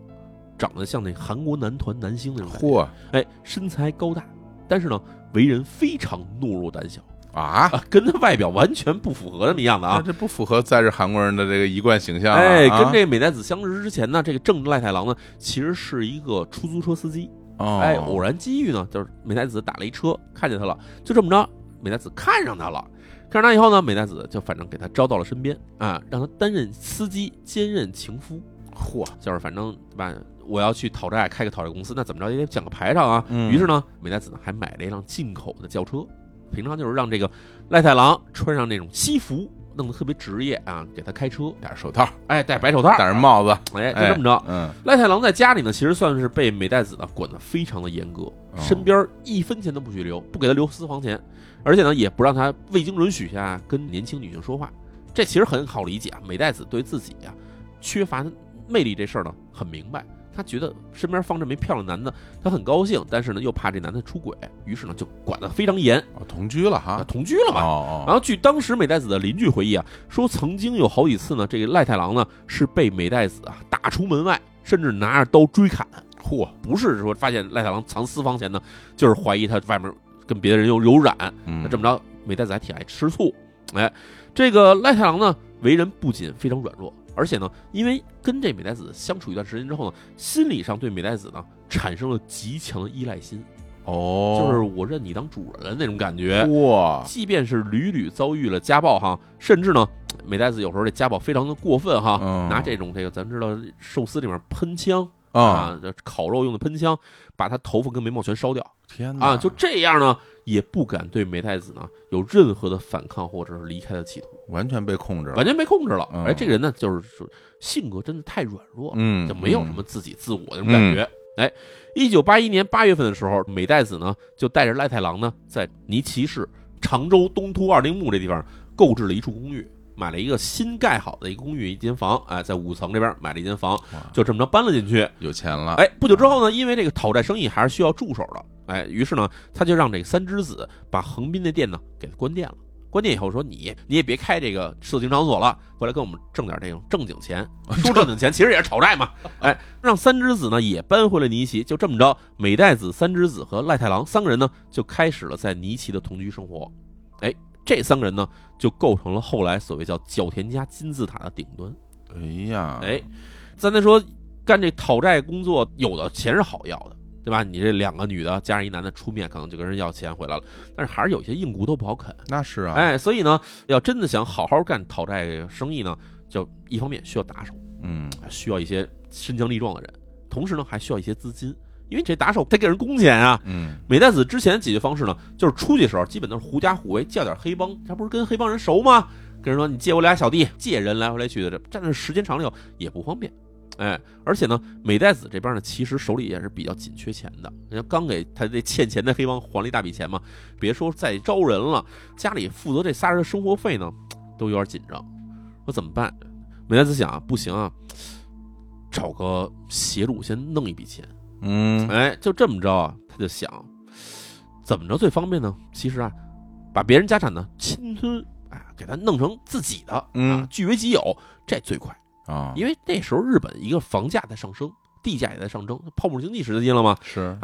Speaker 1: 长得像那韩国男团男星那种感觉，
Speaker 2: 嚯
Speaker 1: 哎，身材高大，但是呢，为人非常懦弱胆小
Speaker 2: 啊！
Speaker 1: 啊，跟他外表完全不符合那么样的
Speaker 2: 那
Speaker 1: 啊。
Speaker 2: 这不符合在日韩国人的这个一贯形象啊
Speaker 1: 哎，
Speaker 2: 啊
Speaker 1: 跟这美代子相识之前呢，这个郑赖太郎呢，其实是一个出租车司机。
Speaker 2: 哦
Speaker 1: 哎，偶然机遇呢，就是美代子打了一车，看见他了，就这么着，美代子看上他了。看上他以后呢，美代子就反正给他招到了身边啊，让他担任司机，兼任情夫。嚯，就是反正对吧？我要去讨债，开个讨债公司，那怎么着也得讲个排场啊。
Speaker 2: 嗯
Speaker 1: 于是呢，美代子呢还买了一辆进口的轿车，平常就是让这个赖太郎穿上那种西服，弄得特别职业啊，给他开车，
Speaker 2: 戴着手套，
Speaker 1: 哎，戴白手套，
Speaker 2: 戴着帽子，
Speaker 1: 哎，就
Speaker 2: 哎
Speaker 1: 这么着。
Speaker 2: 嗯
Speaker 1: 赖太郎在家里呢，其实算是被美代子呢管得非常的严格，身边一分钱都不许留，不给他留私房钱，而且呢也不让他未经准许下跟年轻女性说话。这其实很好理解啊，美代子对自己啊缺乏魅力这事儿呢很明白，她觉得身边放这没漂亮男的，她很高兴，但是呢又怕这男的出轨，于是呢就管得非常严
Speaker 2: 哦同居了
Speaker 1: 啊，
Speaker 2: 哈，
Speaker 1: 同居了嘛。
Speaker 2: 哦
Speaker 1: 然后
Speaker 2: 哦
Speaker 1: 据当时美代子的邻居回忆啊，说曾经有好几次呢，这个赖太郎呢是被美代子啊打出门外，甚至拿着刀追砍。嚯，不是说发现赖太郎藏私房钱呢，就是怀疑他外面跟别的人有有染。那
Speaker 2: 嗯，
Speaker 1: 这么着，美代子还挺爱吃醋。哎，这个赖太郎呢，为人不仅非常软弱，而且呢，因为跟这美代子相处一段时间之后呢，心理上对美代子呢产生了极强的依赖心，就
Speaker 2: 哦，
Speaker 1: 是我认你当主人那种感觉。
Speaker 2: 嚯，
Speaker 1: 啊即便是屡屡遭遇了家暴哈，甚至呢，美代子有时候这家暴非常的过分哈，
Speaker 2: 嗯
Speaker 1: 拿这种这个咱知道寿司里面喷枪、
Speaker 2: 啊，
Speaker 1: 啊，这烤肉用的喷枪，把他头发跟眉毛全烧掉
Speaker 2: 天哪
Speaker 1: 啊，就这样呢，也不敢对美代子呢有任何的反抗或者是离开的企图，
Speaker 2: 完全被控制了
Speaker 1: 完，全被控制了。
Speaker 2: 嗯
Speaker 1: 哎，这个人呢，就是说性格真的太软弱了，
Speaker 2: 嗯，
Speaker 1: 就没有什么自己自我那种感觉。哎，一九八一年八月份的时候，美代子呢就带着赖太郎呢，在尼崎市常州东突二丁目这地方购置了一处公寓，买了一个新盖好的一个公寓一间房，哎，在五层这边买了一间房
Speaker 2: 哇，
Speaker 1: 就这么着搬了进去。
Speaker 2: 嗯有钱了，
Speaker 1: 哎，不久之后呢，因为这个讨债生意还是需要助手的，哎，于是呢，他就让这个三之子把横滨的店呢给他关店了。关店以后说你你也别开这个色情场所了，过来跟我们挣点这种正经钱。说正经钱其实也是讨债嘛。哎，让三之子呢也搬回了尼奇，就这么着，美代子、三之子和赖太郎三个人呢就开始了在尼奇的同居生活。哎，这三个人呢就构成了后来所谓叫角田家金字塔的顶端。
Speaker 2: 哎呀，
Speaker 1: 哎，咱再说干这讨债工作，有的钱是好要的，对吧？你这两个女的加上一男的出面，可能就跟人要钱回来了，但是还是有些硬骨头不好啃。
Speaker 2: 那是啊，，
Speaker 1: 哎，所以呢，要真的想好好干讨债生意呢，就一方面需要打手，
Speaker 2: 嗯，
Speaker 1: 需要一些身强力壮的人，同时呢还需要一些资金，因为这打手得给人工钱啊。
Speaker 2: 嗯，
Speaker 1: 美代子之前的解决方式呢，就是出去的时候基本都是狐假虎威，叫点黑帮，他不是跟黑帮人熟吗？跟人说你借我俩小弟，借人来回来去的，这站那时间长了以后也不方便。哎，而且呢，美代子这边呢，其实手里也是比较紧缺钱的，人家刚给他这欠钱的黑帮还了一大笔钱嘛，别说再招人了，家里负责这仨人的生活费呢，都有点紧张。说怎么办？美代子想啊，不行啊，找个邪主先弄一笔钱。
Speaker 2: 嗯
Speaker 1: 哎，就这么着啊，他就想怎么着最方便呢？其实啊，把别人家产呢侵吞，哎，给他弄成自己的，
Speaker 2: 嗯
Speaker 1: 啊，据为己有，这最快。
Speaker 2: 啊，
Speaker 1: 哎因为那时候日本一个房价在上升，地价也在上升，泡沫经济时期了嘛，
Speaker 2: 是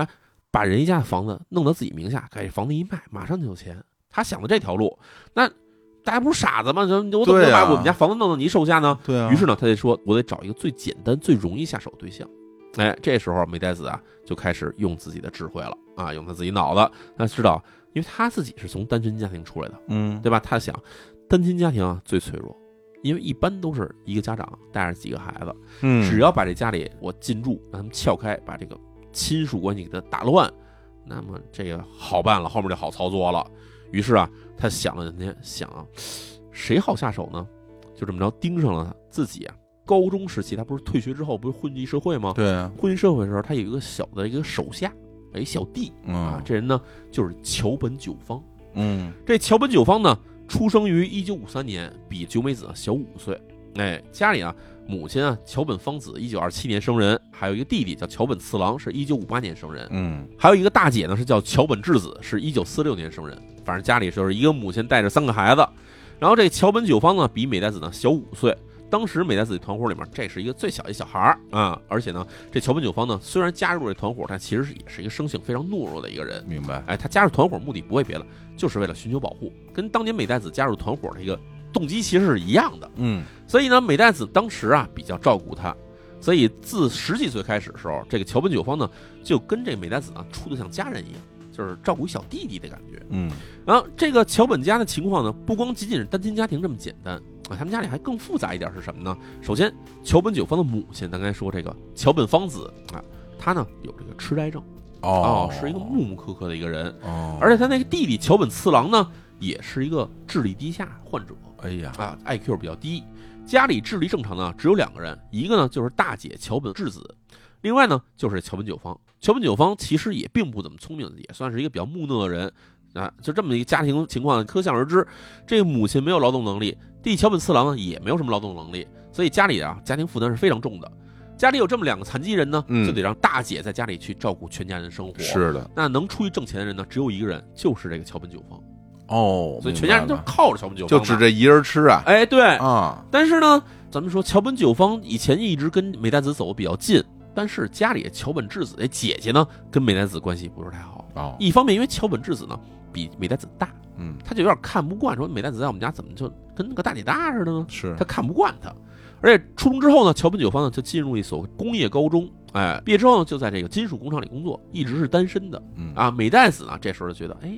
Speaker 1: 把人家的房子弄到自己名下，给房子一卖，马上就有钱。他想的这条路，那大家不是傻子吗？怎么我怎么
Speaker 2: 对
Speaker 1: 能
Speaker 2: 啊
Speaker 1: 把我们家房子弄到你手下呢？
Speaker 2: 对啊，
Speaker 1: 于是呢，他就说，我得找一个最简单、最容易下手的对象。哎，这时候美代子啊，就开始用自己的智慧了啊，用他自己脑子，他知道，因为他自己是从单亲家庭出来的，
Speaker 2: 嗯
Speaker 1: 对吧？他想，单亲家庭啊最脆弱，因为一般都是一个家长带着几个孩子，
Speaker 2: 嗯，
Speaker 1: 只要把这家里我进驻，让他们撬开，把这个亲属关系给他打乱，那么这个好办了，后面就好操作了。于是啊，他想了半天，想啊，谁好下手呢？就这么着盯上了他自己啊。高中时期，他不是退学之后不是混迹社会吗？
Speaker 2: 对啊，
Speaker 1: 混迹社会的时候，他有一个小的一个手下，有一小弟啊
Speaker 2: 嗯，
Speaker 1: 这人呢就是桥本九方。
Speaker 2: 嗯
Speaker 1: 这桥本九方呢，出生于一九五三年，比九美子小五岁。哎，家里啊，母亲啊，桥本芳子，一九二七年生人，还有一个弟弟叫桥本次郎，是一九五八年生人，
Speaker 2: 嗯
Speaker 1: 还有一个大姐呢是叫桥本智子，是一九四六年生人。反正家里就是一个母亲带着三个孩子，然后这桥本九方呢比美代子呢小五岁。当时美代子团伙里面，这是一个最小一小孩儿啊，而且呢，这桥本九方呢虽然加入这团伙，但其实是也是一个生性非常懦弱的一个人。
Speaker 2: 明白，
Speaker 1: 哎，他加入团伙目的不为别的，就是为了寻求保护，跟当年美代子加入团伙的一个动机其实是一样的。
Speaker 2: 嗯
Speaker 1: 所以呢，美代子当时啊比较照顾他，所以自十几岁开始的时候，这个桥本九方呢就跟这个美代子呢处的像家人一样，就是照顾一小弟弟的感觉。
Speaker 2: 嗯
Speaker 1: 然后这个桥本家的情况呢，不光仅仅是单亲家庭这么简单啊，他们家里还更复杂一点是什么呢？首先，桥本九方的母亲，咱刚才说这个桥本芳子啊，她呢有这个痴呆症啊
Speaker 2: 哦，
Speaker 1: 是一个木木刻刻的一个人。
Speaker 2: 哦，
Speaker 1: 而且他那个弟弟桥本次郎呢，也是一个智力低下患者
Speaker 2: 哎呀，
Speaker 1: 啊，IQ 比较低，家里智力正常呢只有两个人，一个呢就是大姐桥本智子，另外呢就是桥本九方。桥本九方其实也并不怎么聪明，也算是一个比较木讷的人啊，就这么一个家庭情况，可想而知，这个母亲没有劳动能力，弟桥本次郎呢也没有什么劳动能力，所以家里啊家庭负担是非常重的。家里有这么两个残疾人呢，
Speaker 2: 嗯
Speaker 1: 就得让大姐在家里去照顾全家人生活。
Speaker 2: 是的，
Speaker 1: 那能出去挣钱的人呢，只有一个人，就是这个桥本九方，
Speaker 2: 哦，
Speaker 1: 所以全
Speaker 2: 明
Speaker 1: 家
Speaker 2: 白
Speaker 1: 人都是
Speaker 2: 了
Speaker 1: 靠着桥本九方
Speaker 2: 就
Speaker 1: 的。
Speaker 2: 指这一人吃啊
Speaker 1: 哎，对。
Speaker 2: 啊，
Speaker 1: 但是呢，咱们说桥本九方以前一直跟美代子走的比较近，但是家里桥本智子这哎姐姐呢，跟美代子关系不是太好。
Speaker 2: 哦，
Speaker 1: 一方面，因为桥本智子呢比美代子大，
Speaker 2: 嗯
Speaker 1: 他就有点看不惯，说美代子在我们家怎么就跟个大姐大似的呢？
Speaker 2: 是
Speaker 1: 他，看不惯他。而且初中之后呢，桥本九方呢就进入一所工业高中，哎，毕业之后呢就在这个金属工厂里工作，一直是单身的。
Speaker 2: 嗯
Speaker 1: 啊，美代子呢，这时候就觉得哎，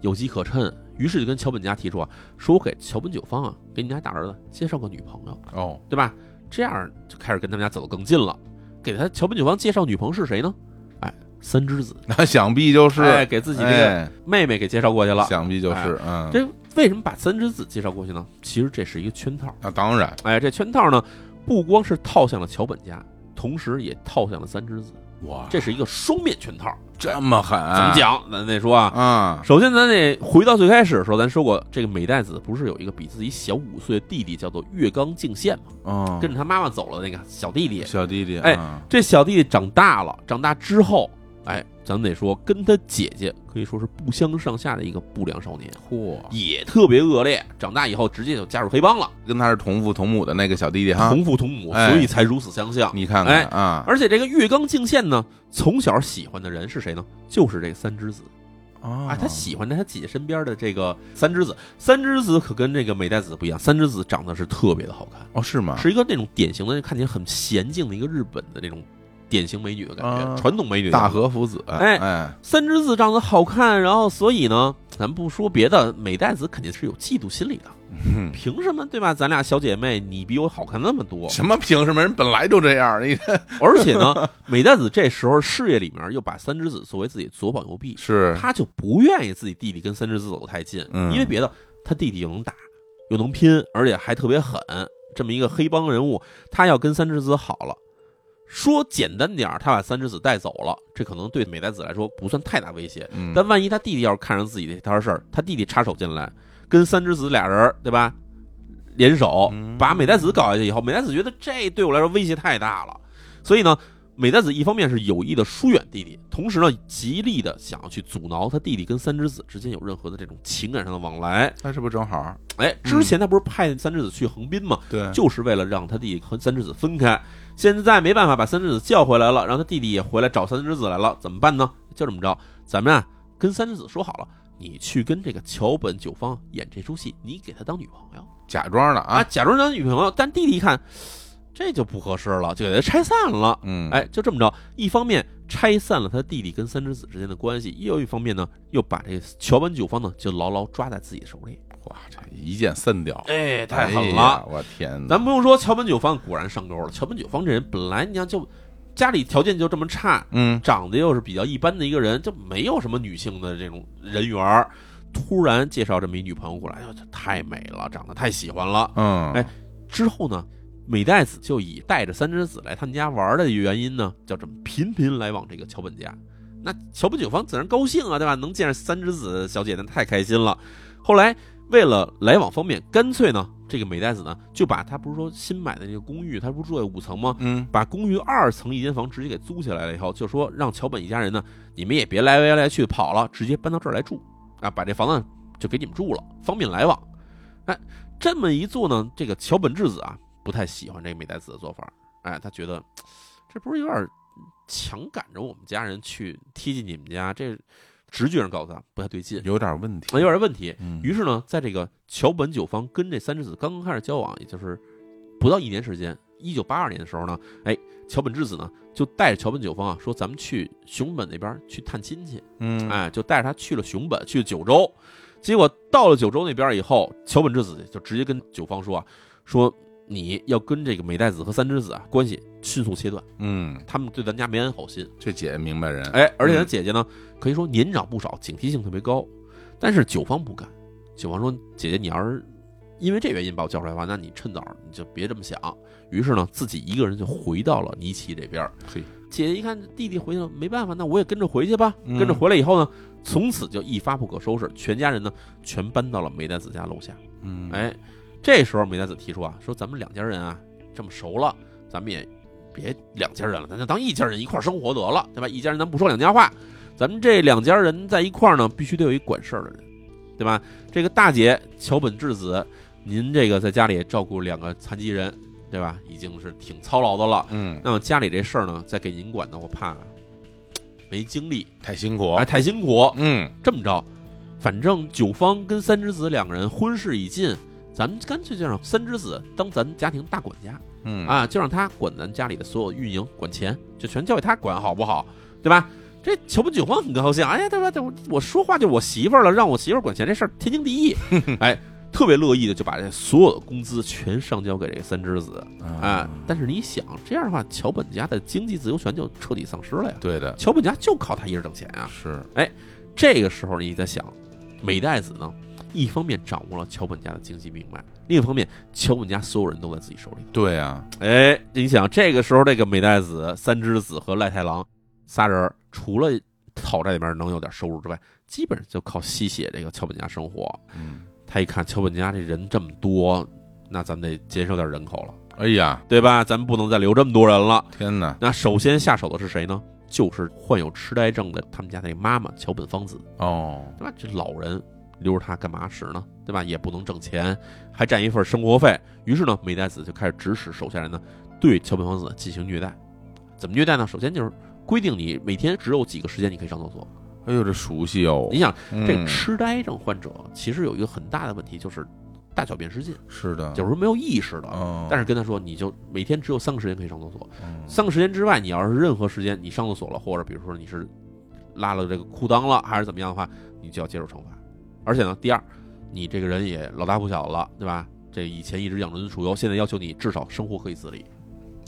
Speaker 1: 有机可乘，于是就跟桥本家提出啊，说我给桥本九方啊，给你们家大儿子介绍个女朋友，
Speaker 2: 哦， [LAUGHS]
Speaker 1: 对吧？这样就开始跟他们家走得更近了。给他桥本九方介绍女朋友是谁呢？哎，三之子，
Speaker 2: 那想必就是
Speaker 1: 哎，给自己这个
Speaker 2: 哎
Speaker 1: 妹妹给介绍过去了。哎
Speaker 2: 想必就是嗯，
Speaker 1: 这为什么把三之子介绍过去呢？其实这是一个圈套。
Speaker 2: 那当然，
Speaker 1: 哎，这圈套呢，不光是套向了桥本家，同时也套向了三之子，
Speaker 2: 哇，
Speaker 1: 这是一个双面圈套。
Speaker 2: 这么狠，
Speaker 1: 怎么讲？咱得说啊，
Speaker 2: 啊？
Speaker 1: 首先，咱得回到最开始的时候，咱说过，这个美代子不是有一个比自己小五岁的弟弟叫做月冈敬宪嘛，
Speaker 2: 嗯，
Speaker 1: 跟着他妈妈走了那个小弟弟。
Speaker 2: 小弟弟，
Speaker 1: 哎
Speaker 2: 嗯
Speaker 1: 这小弟弟长大了，长大之后，哎，咱们得说，跟他姐姐可以说是不相上下的一个不良少年，
Speaker 2: 嚯，
Speaker 1: 也特别恶劣。长大以后，直接就加入黑帮了，
Speaker 2: 跟他是同父同母的那个小弟弟哈，
Speaker 1: 同父同母，
Speaker 2: 哎
Speaker 1: 所以才如此相像。
Speaker 2: 你看
Speaker 1: 哎
Speaker 2: 看啊，
Speaker 1: 而且这个月冈敬宪呢，从小喜欢的人是谁呢？就是这个三之子。
Speaker 2: 啊
Speaker 1: 啊，他喜欢在他姐姐身边的这个三之子。三之子可跟这个美代子不一样，三之子长得是特别的好看，
Speaker 2: 哦是吗？
Speaker 1: 是一个那种典型的看起来很娴静的一个日本的那种典型美女的感觉，
Speaker 2: 啊
Speaker 1: 传统美女。
Speaker 2: 大。和福子，
Speaker 1: 哎
Speaker 2: 哎，
Speaker 1: 三之子长得好看，然后所以呢，咱不说别的，美代子肯定是有嫉妒心理的。
Speaker 2: 嗯
Speaker 1: 凭什么对吧？咱俩小姐妹，你比我好看那么多，
Speaker 2: 什么凭什么？人本来就这样，你
Speaker 1: 而且呢，美代子这时候事业里面又把三之子作为自己左膀右臂，
Speaker 2: 是
Speaker 1: 他就不愿意自己弟弟跟三之子走得太近，
Speaker 2: 嗯
Speaker 1: 因为别的他弟弟又能打又能拼，而且还特别狠，这么一个黑帮人物，他要跟三之子好了。说简单点儿，他把三之子带走了，这可能对美代子来说不算太大威胁。
Speaker 2: 嗯
Speaker 1: 但万一他弟弟要是看上自己这摊事儿，他弟弟插手进来，跟三之子俩人儿对吧，联手
Speaker 2: 嗯
Speaker 1: 把美代子搞下去以后，美代子觉得这对我来说威胁太大了，所以呢，美代子一方面是有意的疏远弟弟，同时呢，极力的想要去阻挠他弟弟跟三之子之间有任何的这种情感上的往来。
Speaker 2: 那这不正好？
Speaker 1: 哎，之前他不是派三之子去横滨吗？
Speaker 2: 对，
Speaker 1: 就是为了让他弟弟和三之子分开。现在没办法把三之子叫回来了，让他弟弟也回来找三之子来了，怎么办呢？就这么着，咱们啊跟三之子说好了，你去跟这个桥本九芳演这出戏，你给他当女朋友
Speaker 2: 假装的
Speaker 1: 啊，
Speaker 2: 啊，
Speaker 1: 假装当女朋友。但弟弟一看，这就不合适了，就给他拆散了。
Speaker 2: 嗯，
Speaker 1: 哎，就这么着，一方面拆散了他弟弟跟三之子之间的关系，又一方面呢，又把这桥本九芳呢就牢牢抓在自己手里。
Speaker 2: 哇，这一箭三雕，
Speaker 1: 哎，太狠
Speaker 2: 哎
Speaker 1: 了！
Speaker 2: 呀我天哪！
Speaker 1: 咱不用说，桥本九芳果然上钩了。桥本九芳这人本来你看就家里条件就这么差，
Speaker 2: 嗯，
Speaker 1: 长得又是比较一般的一个人，就没有什么女性的这种人缘儿。突然介绍这么一女朋友过来，哎呦，这太美了，长得太喜欢了。
Speaker 2: 嗯，
Speaker 1: 哎，之后呢，美代子就以带着三之子来他们家玩的原因呢，叫这么频频来往这个桥本家。那桥本九芳自然高兴啊，对吧？能见着三之子小姐，那太开心了。后来为了来往方便，干脆呢，这个美代子呢就把她不是说新买的那个公寓，她不是住在五层吗？
Speaker 2: 嗯，
Speaker 1: 把公寓二层一间房直接给租下来了以后，就说让桥本一家人呢，你们也别来来来去跑了，直接搬到这儿来住啊，把这房子就给你们住了，方便来往。哎，这么一做呢，这个桥本智子啊不太喜欢这个美代子的做法，哎，他觉得嘖这不是有点强赶着我们家人去踢进你们家，这直觉上告诉他不太对劲，
Speaker 2: 有点问题，
Speaker 1: 有点问题。
Speaker 2: 嗯，
Speaker 1: 于是呢，在这个桥本九方跟这三之子刚刚开始交往，也就是不到一年时间，一九八二年的时候呢，哎，桥本智子呢就带着桥本九方啊说咱们去熊本那边去探亲去，
Speaker 2: 嗯，
Speaker 1: 哎，就带着他去了熊本，去了九州。结果到了九州那边以后，桥本智子就直接跟九方说啊，说你要跟这个美代子和三之子啊关系迅速切断，
Speaker 2: 嗯，
Speaker 1: 他们对咱家没安好心。
Speaker 2: 这姐明白人，
Speaker 1: 哎，而且他
Speaker 2: 嗯
Speaker 1: 姐姐呢，可以说年长不少，警惕性特别高。但是九方不敢，九方说：“姐姐，你要是因为这原因把我叫出来的话，那你趁早你就别这么想。”于是呢，自己一个人就回到了尼奇这边儿。
Speaker 2: 嘿，
Speaker 1: 姐姐一看弟弟回去了，没办法，那我也跟着回去吧。
Speaker 2: 嗯
Speaker 1: 跟着回来以后呢，从此就一发不可收拾，全家人呢全搬到了梅代子家楼下。
Speaker 2: 嗯，
Speaker 1: 哎，这时候梅代子提出啊，说咱们两家人啊这么熟了，咱们也别两家人了，咱就当一家人一块儿生活得了，对吧？一家人咱不说两家话，咱们这两家人在一块儿呢，必须得有一管事儿的人，对吧？这个大姐桥本智子，您这个在家里照顾两个残疾人，对吧？已经是挺操劳的了。
Speaker 2: 嗯，
Speaker 1: 那么家里这事儿呢，再给您管呢，我怕没精力，
Speaker 2: 太辛苦
Speaker 1: 哎，，太辛苦。
Speaker 2: 嗯，
Speaker 1: 这么着，反正九方跟三之子两个人婚事已尽，咱们干脆就让三之子当咱家庭大管家
Speaker 2: 嗯，
Speaker 1: 啊，就让他管咱家里的所有运营、管钱，就全交给他管，好不好？对吧？这乔本九方很高兴，哎呀，对吧？对我我说话就我媳妇儿了，让我媳妇儿管钱这事儿天经地义，哎，特别乐意的就把这所有的工资全上交给这个三之子
Speaker 2: 嗯
Speaker 1: 啊。但是你想，这样的话，桥本家的经济自由权就彻底丧失了呀。
Speaker 2: 对的，
Speaker 1: 桥本家就靠他一人挣钱啊，
Speaker 2: 是，
Speaker 1: 这个时候你在想，美代子呢，一方面掌握了桥本家的经济命脉，另一方面桥本家所有人都在自己手里。
Speaker 2: 对啊，
Speaker 1: 哎，你想这个时候，这个美代子、三之子和赖太郎仨人儿，除了讨债里面能有点收入之外，基本上就靠吸血这个桥本家生活。
Speaker 2: 嗯，
Speaker 1: 他一看桥本家这人这么多，那咱们得减少点人口了，
Speaker 2: 哎呀，
Speaker 1: 对吧？咱们不能再留这么多人了。
Speaker 2: 天哪，
Speaker 1: 那首先下手的是谁呢？就是患有痴呆症的他们家那妈妈桥本芳子。
Speaker 2: 哦，
Speaker 1: 对吧？这老人留着他干嘛使呢？对吧？也不能挣钱，还占一份生活费。于是呢，美代子就开始指使手下人呢，对桥本芳子进行虐待。怎么虐待呢？首先就是规定你每天只有几个时间你可以上厕所。
Speaker 2: 哎呦，这熟悉哦，
Speaker 1: 你想，哎这
Speaker 2: 嗯
Speaker 1: 痴呆症患者其实有一个很大的问题，就是大小便失禁，
Speaker 2: 是的，
Speaker 1: 有时候没有意识的。
Speaker 2: 哦，
Speaker 1: 但是跟他说，你就每天只有三个时间可以上厕所，
Speaker 2: 嗯
Speaker 1: 三个时间之外，你要是任何时间你上厕所了，或者比如说你是拉了这个裤裆了，还是怎么样的话，你就要接受惩罚。而且呢，第二，你这个人也老大不小了，对吧？这以前一直养尊处优，现在要求你至少生活可以自理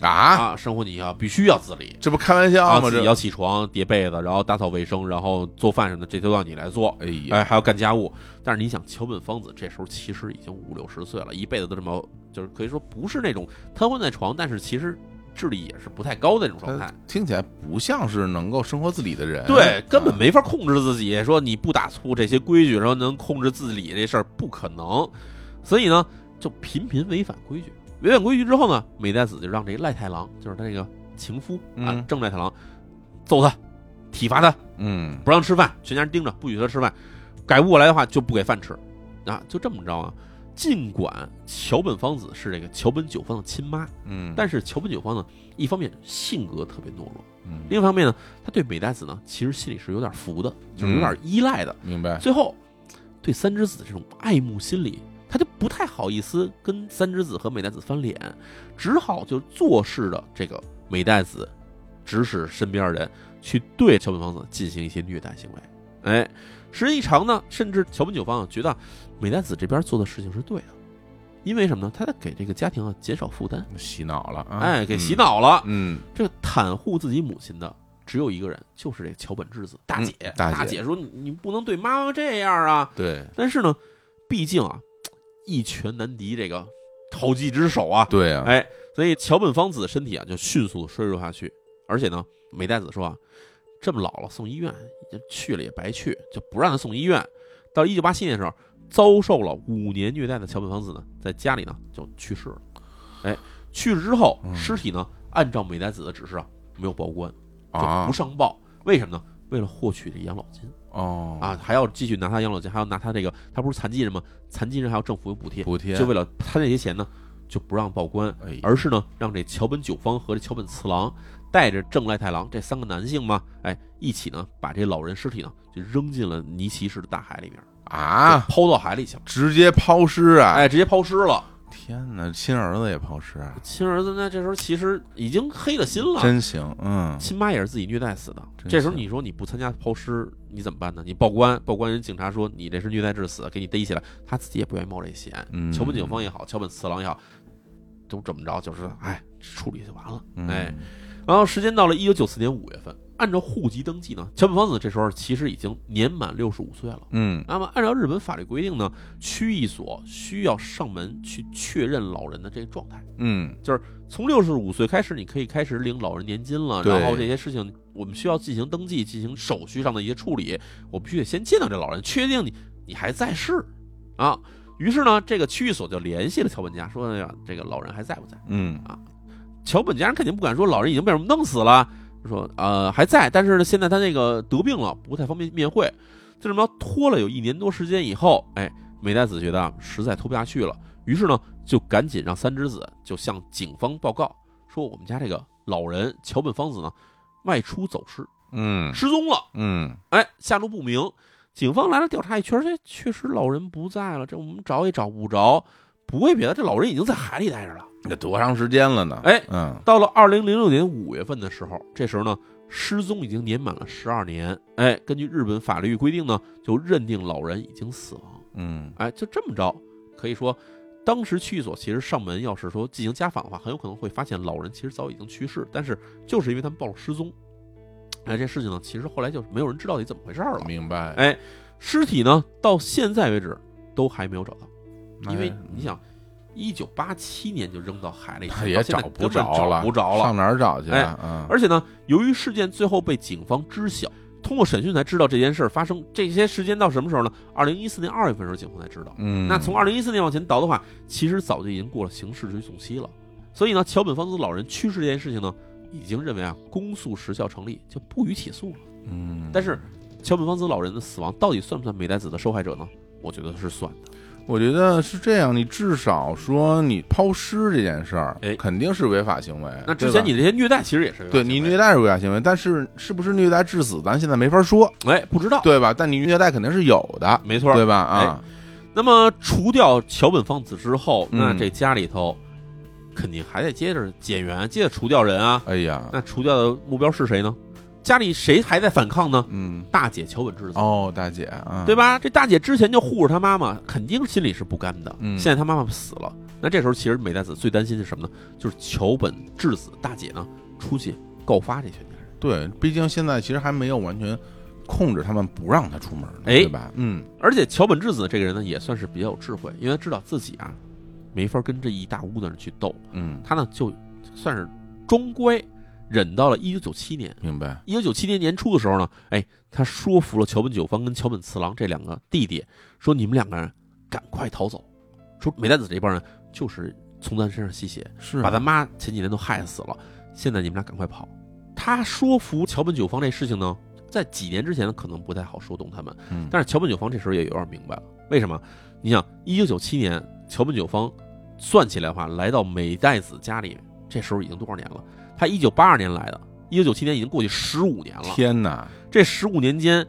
Speaker 2: 啊，
Speaker 1: 啊，生活你要必须要自理，
Speaker 2: 这不开玩
Speaker 1: 啊，
Speaker 2: 笑吗？
Speaker 1: 自
Speaker 2: 这
Speaker 1: 己要起床、叠被子，然后打扫卫生，然后做饭什么的，这都要你来做。
Speaker 2: 哎呀，
Speaker 1: 哎，还要干家务。但是你想，桥本芳子这时候其实已经五六十岁了，一辈子都这么，就是可以说不是那种瘫痪在床，但是其实智力也是不太高的那种状态
Speaker 2: 他。听起来不像是能够生活自理的人，
Speaker 1: 对，根本
Speaker 2: 啊
Speaker 1: 没法控制自己。说你不打醋这些规矩，然后能控制自理这事儿不可能。所以呢，就频频违反规矩。违反规矩之后呢，美代子就让这个赖太郎，就是他这个情夫啊
Speaker 2: 嗯，
Speaker 1: 正赖太郎，揍他，体罚他，
Speaker 2: 嗯
Speaker 1: 不让吃饭，全家人盯着，不许他吃饭。改不过来的话，就不给饭吃。啊，就这么着啊。尽管桥本芳子是这个桥本九芳的亲妈，
Speaker 2: 嗯
Speaker 1: 但是桥本九芳呢，一方面性格特别懦弱，
Speaker 2: 嗯
Speaker 1: 另一方面呢，他对美代子呢，其实心里是有点服的，就是有点依赖的。
Speaker 2: 明白，
Speaker 1: 最后，对三之子这种爱慕心理，他就不太好意思跟三之子和美代子翻脸，只好就坐视着这个美代子指使身边的人去对桥本芳子进行一些虐待行为。哎，时间一长呢，甚至桥本九方啊觉得美代子这边做的事情是对的，因为什么呢？他在给这个家庭啊减少负担，
Speaker 2: 洗脑了，啊
Speaker 1: 哎，给洗，脑了。
Speaker 2: 嗯嗯
Speaker 1: 这个袒护自己母亲的只有一个人，就是这个桥本智子大姐。
Speaker 2: 嗯大
Speaker 1: 大
Speaker 2: 姐
Speaker 1: 说你：“你不能对妈妈这样啊！”
Speaker 2: 对
Speaker 1: 但是呢，毕竟啊，一拳难敌这个投机之手啊。
Speaker 2: 对啊，
Speaker 1: 哎，所以桥本芳子的身体啊就迅速衰弱下去，而且呢，美代子说啊，这么老了送医院，也去了也白去，就不让他送医院。到一九八七年的时候，遭受了五年虐待的桥本芳子呢，在家里呢就去世了。哎，去世之后，
Speaker 2: 嗯
Speaker 1: 尸体呢按照美代子的指示啊，没有报官，就
Speaker 2: 啊
Speaker 1: 不上报。为什么呢？为了获取这养老金
Speaker 2: 哦
Speaker 1: 啊，还要继续拿他养老金，还要拿他这个，他不是残疾人吗？残疾人还要政府有补贴，
Speaker 2: 补贴
Speaker 1: 就为了他那些钱呢，就不让报官，
Speaker 2: 哎
Speaker 1: 而是呢，让这桥本九方和这桥本次郎带着正赖太郎这三个男性嘛，哎，一起呢把这老人尸体呢就扔进了尼奇市的大海里面
Speaker 2: 啊，
Speaker 1: 抛到海里去了，
Speaker 2: 直接抛尸啊！
Speaker 1: 哎，直接抛尸了。
Speaker 2: 天哪，亲儿子也抛尸啊，
Speaker 1: 亲儿子呢这时候其实已经黑了心了，
Speaker 2: 真行，嗯
Speaker 1: 亲妈也是自己虐待死的。
Speaker 2: 真
Speaker 1: 这时候
Speaker 2: 是
Speaker 1: 你说你不参加抛尸，你怎么办呢？你报官，报官人警察说你这是虐待致死，给你逮起来，他自己也不愿意冒这险。
Speaker 2: 嗯，
Speaker 1: 桥本警方也好，桥本次郎也好，都这么着，就是哎处理就完了。
Speaker 2: 嗯，
Speaker 1: 哎，然后时间到了一九九四年五月份，按照户籍登记呢，桥本芳子这时候其实已经年满六十五岁了。
Speaker 2: 嗯
Speaker 1: 那么按照日本法律规定呢，区役所需要上门去确认老人的这个状态。
Speaker 2: 嗯
Speaker 1: 从六十五岁开始，你可以开始领老人年金了。
Speaker 2: 对
Speaker 1: 然后这些事情我们需要进行登记，进行手续上的一些处理。我必须得先见到这老人，确定你你还在世啊。于是呢，这个区域所就联系了桥本家，说哎呀，这个老人还在不在？
Speaker 2: 嗯
Speaker 1: 桥本家人肯定不敢说老人已经被我们弄死了，说呃还在，但是呢现在他那个得病了，不太方便面会。就这么着拖了有一年多时间以后，哎，美代子觉得啊实在拖不下去了，于是呢就赶紧让三之子就向警方报告说我们家这个老人桥本芳子呢外出走失，
Speaker 2: 嗯
Speaker 1: 失踪了，
Speaker 2: 嗯
Speaker 1: 哎下落不明。警方来了调查一圈，这确实老人不在了，这我们找也找不着，不为别的，这老人已经在海里待着了。
Speaker 2: 这多长时间了呢？
Speaker 1: 哎
Speaker 2: 嗯
Speaker 1: 到了二零零六年五月份的时候，这时候呢，失踪已经年满了十二年。哎，根据日本法律规定呢，就认定老人已经死亡。
Speaker 2: 嗯
Speaker 1: 哎，就这么着，可以说，当时区役所其实上门要是说进行家访的话，很有可能会发现老人其实早已经去世，但是就是因为他们暴露失踪，哎，这事情呢，其实后来就没有人知道底怎么回事了。
Speaker 2: 明白，
Speaker 1: 哎，尸体呢，到现在为止都还没有找到。
Speaker 2: 那
Speaker 1: 因为
Speaker 2: 也
Speaker 1: 你想，一九八七年就扔到海里去
Speaker 2: 那
Speaker 1: 了，
Speaker 2: 也
Speaker 1: 到现在
Speaker 2: 找
Speaker 1: 根
Speaker 2: 不
Speaker 1: 本
Speaker 2: 着了，
Speaker 1: 不着了
Speaker 2: 上。哪儿找去
Speaker 1: 哎
Speaker 2: 啊？嗯
Speaker 1: 而且呢，由于事件最后被警方知晓，通过审讯才知道这件事儿发生。这些时间到什么时候呢？二零一四年二月份的时候，警方才知道。
Speaker 2: 嗯，
Speaker 1: 那从二零一四年往前倒的话，其实早就已经过了刑事追诉期了。所以呢，桥本芳子老人去世这件事情呢，已经认为啊，公诉时效成立，就不予起诉了。
Speaker 2: 嗯，
Speaker 1: 但是，桥本芳子老人的死亡到底算不算美代子的受害者呢？我觉得是算的。
Speaker 2: 我觉得是这样，你至少说你抛尸这件事儿
Speaker 1: 哎，
Speaker 2: 肯定是违法行为。
Speaker 1: 那之
Speaker 2: 哎对吧
Speaker 1: 前你这些虐待其实也是
Speaker 2: 对你
Speaker 1: 虐
Speaker 2: 虐待是违法行为，但是是不是虐待致死，咱现在没法说，
Speaker 1: 哎不知道，
Speaker 2: 对吧？但你虐待肯定是有的，
Speaker 1: 没错，
Speaker 2: 对吧？啊，
Speaker 1: 那么除掉桥本芳子之后，
Speaker 2: 嗯
Speaker 1: 那这家里头肯定还得接着减员，接着除掉人啊。
Speaker 2: 哎呀，
Speaker 1: 那除掉的目标是谁呢？家里谁还在反抗呢？
Speaker 2: 嗯，
Speaker 1: 大姐桥本智子，
Speaker 2: 哦，大姐
Speaker 3: 嗯
Speaker 2: 啊，
Speaker 1: 对？吧？这大姐之前就护着她妈妈，肯定心里是不甘的。
Speaker 2: 嗯
Speaker 1: 现在她妈妈死了，那这时候其实美代子最担心的是什么呢？就是桥本智子大姐呢出去告发这全家人。
Speaker 2: 对，毕竟现在其实还没有完全控制他们不让他出门呢，
Speaker 1: 哎
Speaker 2: 对吧？嗯，
Speaker 1: 而且桥本智子这个人呢也算是比较有智慧，因为他知道自己啊没法跟这一大屋子人去斗，
Speaker 2: 嗯，
Speaker 1: 他呢就算是终归忍到了一九九七年。
Speaker 2: 明白。
Speaker 1: 一九九七年年初的时候呢，哎，他说服了桥本九方跟桥本次郎这两个弟弟，说你们两个人赶快逃走，说美代子这帮人就是从咱身上吸血，
Speaker 2: 啊
Speaker 3: 是
Speaker 1: 把咱妈前几年都害死了，现在你们俩赶快跑。他说服桥本九方这事情呢，在几年之前可能不太好说动他们，
Speaker 3: 嗯
Speaker 1: 但是桥本九方这时候也有点明白了，为什么？你想，一九九七年，桥本九方算起来的话，来到美代子家里，这时候已经多少年了？他一九八二年来的，一九九七年已经过去十五年了。
Speaker 3: 天哪，
Speaker 1: 这十五年间，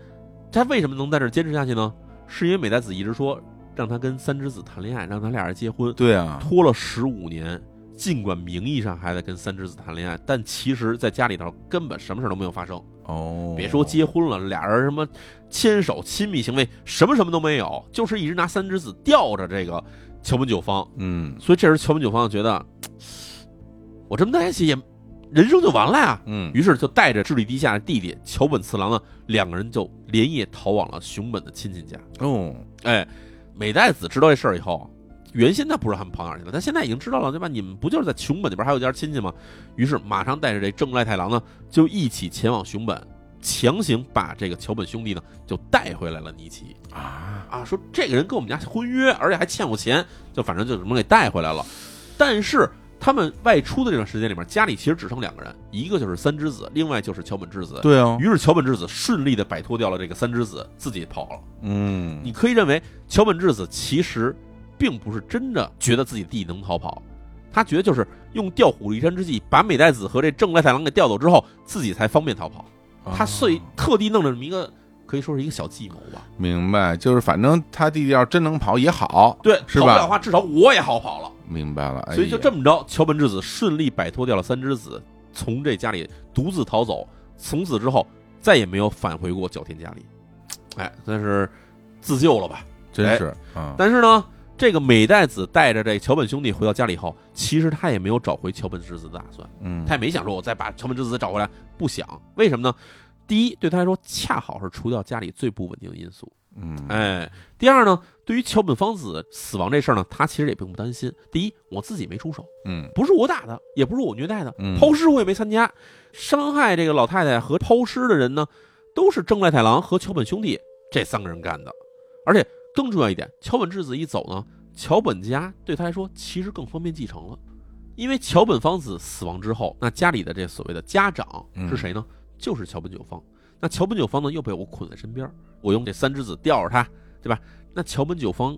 Speaker 1: 他为什么能在这儿坚持下去呢？是因为美代子一直说让他跟三之子谈恋爱，让他俩人结婚，
Speaker 3: 对啊，
Speaker 1: 拖了十五年。尽管名义上还在跟三之子谈恋爱，但其实在家里头根本什么事儿都没有发生。
Speaker 3: 哦，
Speaker 1: 别说结婚了，俩人什么牵手、亲密行为，什么什么都没有，就是一直拿三之子吊着这个桥本九方。
Speaker 3: 嗯
Speaker 1: 所以这时候桥本九方就觉得，我这么在一起也人生就完了呀。
Speaker 3: 嗯，
Speaker 1: 于是就带着智力低下的弟弟桥本次郎呢，两个人就连夜逃往了熊本的亲戚家。
Speaker 3: 哦，
Speaker 1: 哎，美代子知道这事儿以后，原先他不知道他们跑哪儿去了，但现在已经知道了，对吧？你们不就是在熊本那边还有一家亲戚吗？于是马上带着这正赖太郎呢，就一起前往熊本，强行把这个桥本兄弟呢就带回来了尼奇。
Speaker 3: 啊，
Speaker 1: 啊，说这个人跟我们家婚约，而且还欠我钱，就反正就怎么给带回来了。但是他们外出的这段时间里面，家里其实只剩两个人，一个就是三之子，另外就是桥本之子。
Speaker 3: 对哦，
Speaker 1: 于是桥本之子顺利的摆脱掉了这个三之子，自己跑了。
Speaker 3: 嗯，
Speaker 1: 你可以认为桥本之子其实并不是真的觉得自己弟弟能逃跑，他觉得就是用调虎离山之计把美代子和这正赖太郎给调走之后，自己才方便逃跑。他所以
Speaker 3: 哦
Speaker 1: 特地弄了这么一个，可以说是一个小计谋吧。
Speaker 3: 明白，就是反正他弟弟要真能跑也好，
Speaker 1: 对，
Speaker 3: 是
Speaker 1: 逃不
Speaker 3: 吧
Speaker 1: 了的话，至少我也好跑了。
Speaker 3: 明白了，哎呀
Speaker 1: 所以就这么着，桥本智子顺利摆脱掉了三之子，从这家里独自逃走。从此之后，再也没有返回过角田家里。哎，算是自救了吧。
Speaker 3: 真是啊，
Speaker 1: 哎但是呢，这个美代子带着这桥本兄弟回到家里后，其实他也没有找回桥本智子的打算，
Speaker 3: 嗯，
Speaker 1: 他也没想说我再把桥本智子找回来，不想。为什么呢？第一，对他来说恰好是除掉家里最不稳定的因素。
Speaker 3: 嗯，
Speaker 1: 哎，第二呢，对于桥本芳子死亡这事儿呢，他其实也并不担心。第一，我自己没出手。
Speaker 3: 嗯
Speaker 1: 不是我打的，也不是我虐待的，
Speaker 3: 嗯
Speaker 1: 抛尸我也没参加。伤害这个老太太和抛尸的人呢，都是正赖太郎和桥本兄弟这三个人干的。而且更重要一点，桥本智子一走呢，桥本家对他来说其实更方便继承了，因为桥本芳子死亡之后，那家里的这所谓的家长
Speaker 3: 嗯
Speaker 1: 是谁呢？就是桥本九方。那桥本九方呢，又被我捆在身边儿，我用这三之子吊着他，对吧？那桥本九方，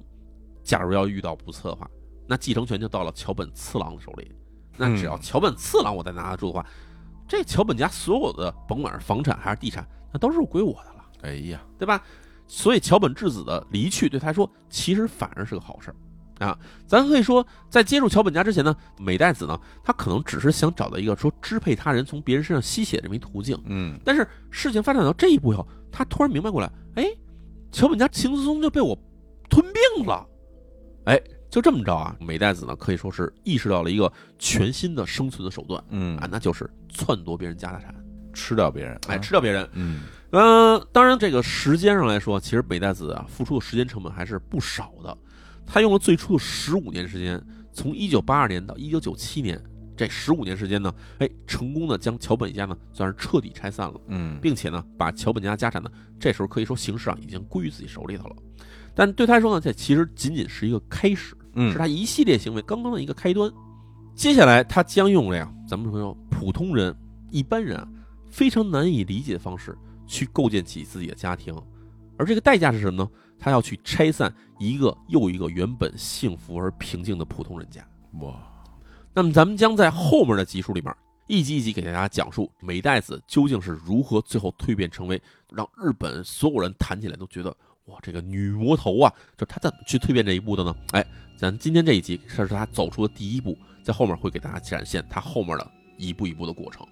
Speaker 1: 假如要遇到不测的话，那继承权就到了桥本次郎的手里。那只要桥本次郎我再拿得住的话，这桥本家所有的甭管是房产还是地产，那都是归我的了，
Speaker 3: 哎呀，
Speaker 1: 对吧？所以桥本智子的离去对他来说，其实反而是个好事儿啊。咱可以说，在接触桥本家之前呢，美代子呢，他可能只是想找到一个说支配他人从别人身上吸血这么一途径。
Speaker 3: 嗯
Speaker 1: 但是事情发展到这一步以后，他突然明白过来，哎，桥本家轻松就被我吞并了，哎，就这么着啊，美代子呢可以说是意识到了一个全新的生存的手段
Speaker 3: 嗯
Speaker 1: 啊，那就是篡夺别人家的产，
Speaker 3: 吃掉别人，
Speaker 1: 哎，
Speaker 3: 啊，
Speaker 1: 吃掉别人。
Speaker 3: 嗯
Speaker 1: 嗯、当然这个时间上来说，其实美代子啊付出的时间成本还是不少的，他用了最初的十五年时间，从一九八二年到一九九七年。这十五年时间呢，哎，成功的将桥本一家呢，算是彻底拆散了。
Speaker 3: 嗯，
Speaker 1: 并且呢，把桥本家家产呢，这时候可以说形式上已经归于自己手里头了。但对他来说呢，这其实仅仅是一个开始，
Speaker 3: 嗯
Speaker 1: 是他一系列行为刚刚的一个开端。接下来，他将用了呀，咱们说普通人、一般人啊，非常难以理解的方式去构建起自己的家庭，而这个代价是什么呢？他要去拆散一个又一个原本幸福而平静的普通人家。
Speaker 3: 哇，
Speaker 1: 那么咱们将在后面的集数里面一集一集给大家讲述美代子究竟是如何最后蜕变成为让日本所有人谈起来都觉得哇这个女魔头啊，就她怎么去蜕变这一步的呢？哎，咱今天这一集这是她走出的第一步，在后面会给大家展现她后面的一步一步的过程。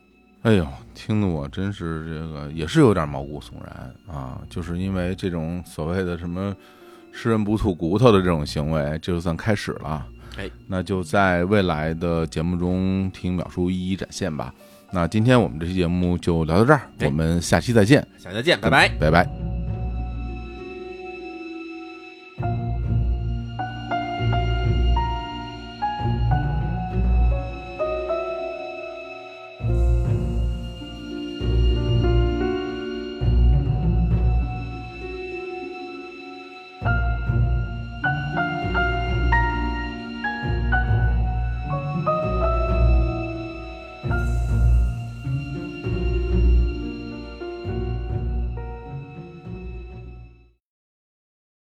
Speaker 3: 哎呦，听得我真是这个也是有点毛骨悚然啊！就是因为这种所谓的什么“吃人不吐骨头”的这种行为，这就算开始了。
Speaker 1: 哎，
Speaker 3: 那就在未来的节目中听淼叔一一展现吧。那今天我们这期节目就聊到这儿，
Speaker 1: 哎
Speaker 3: 我们下期再见，
Speaker 1: 下期再见，拜拜。
Speaker 3: 拜拜。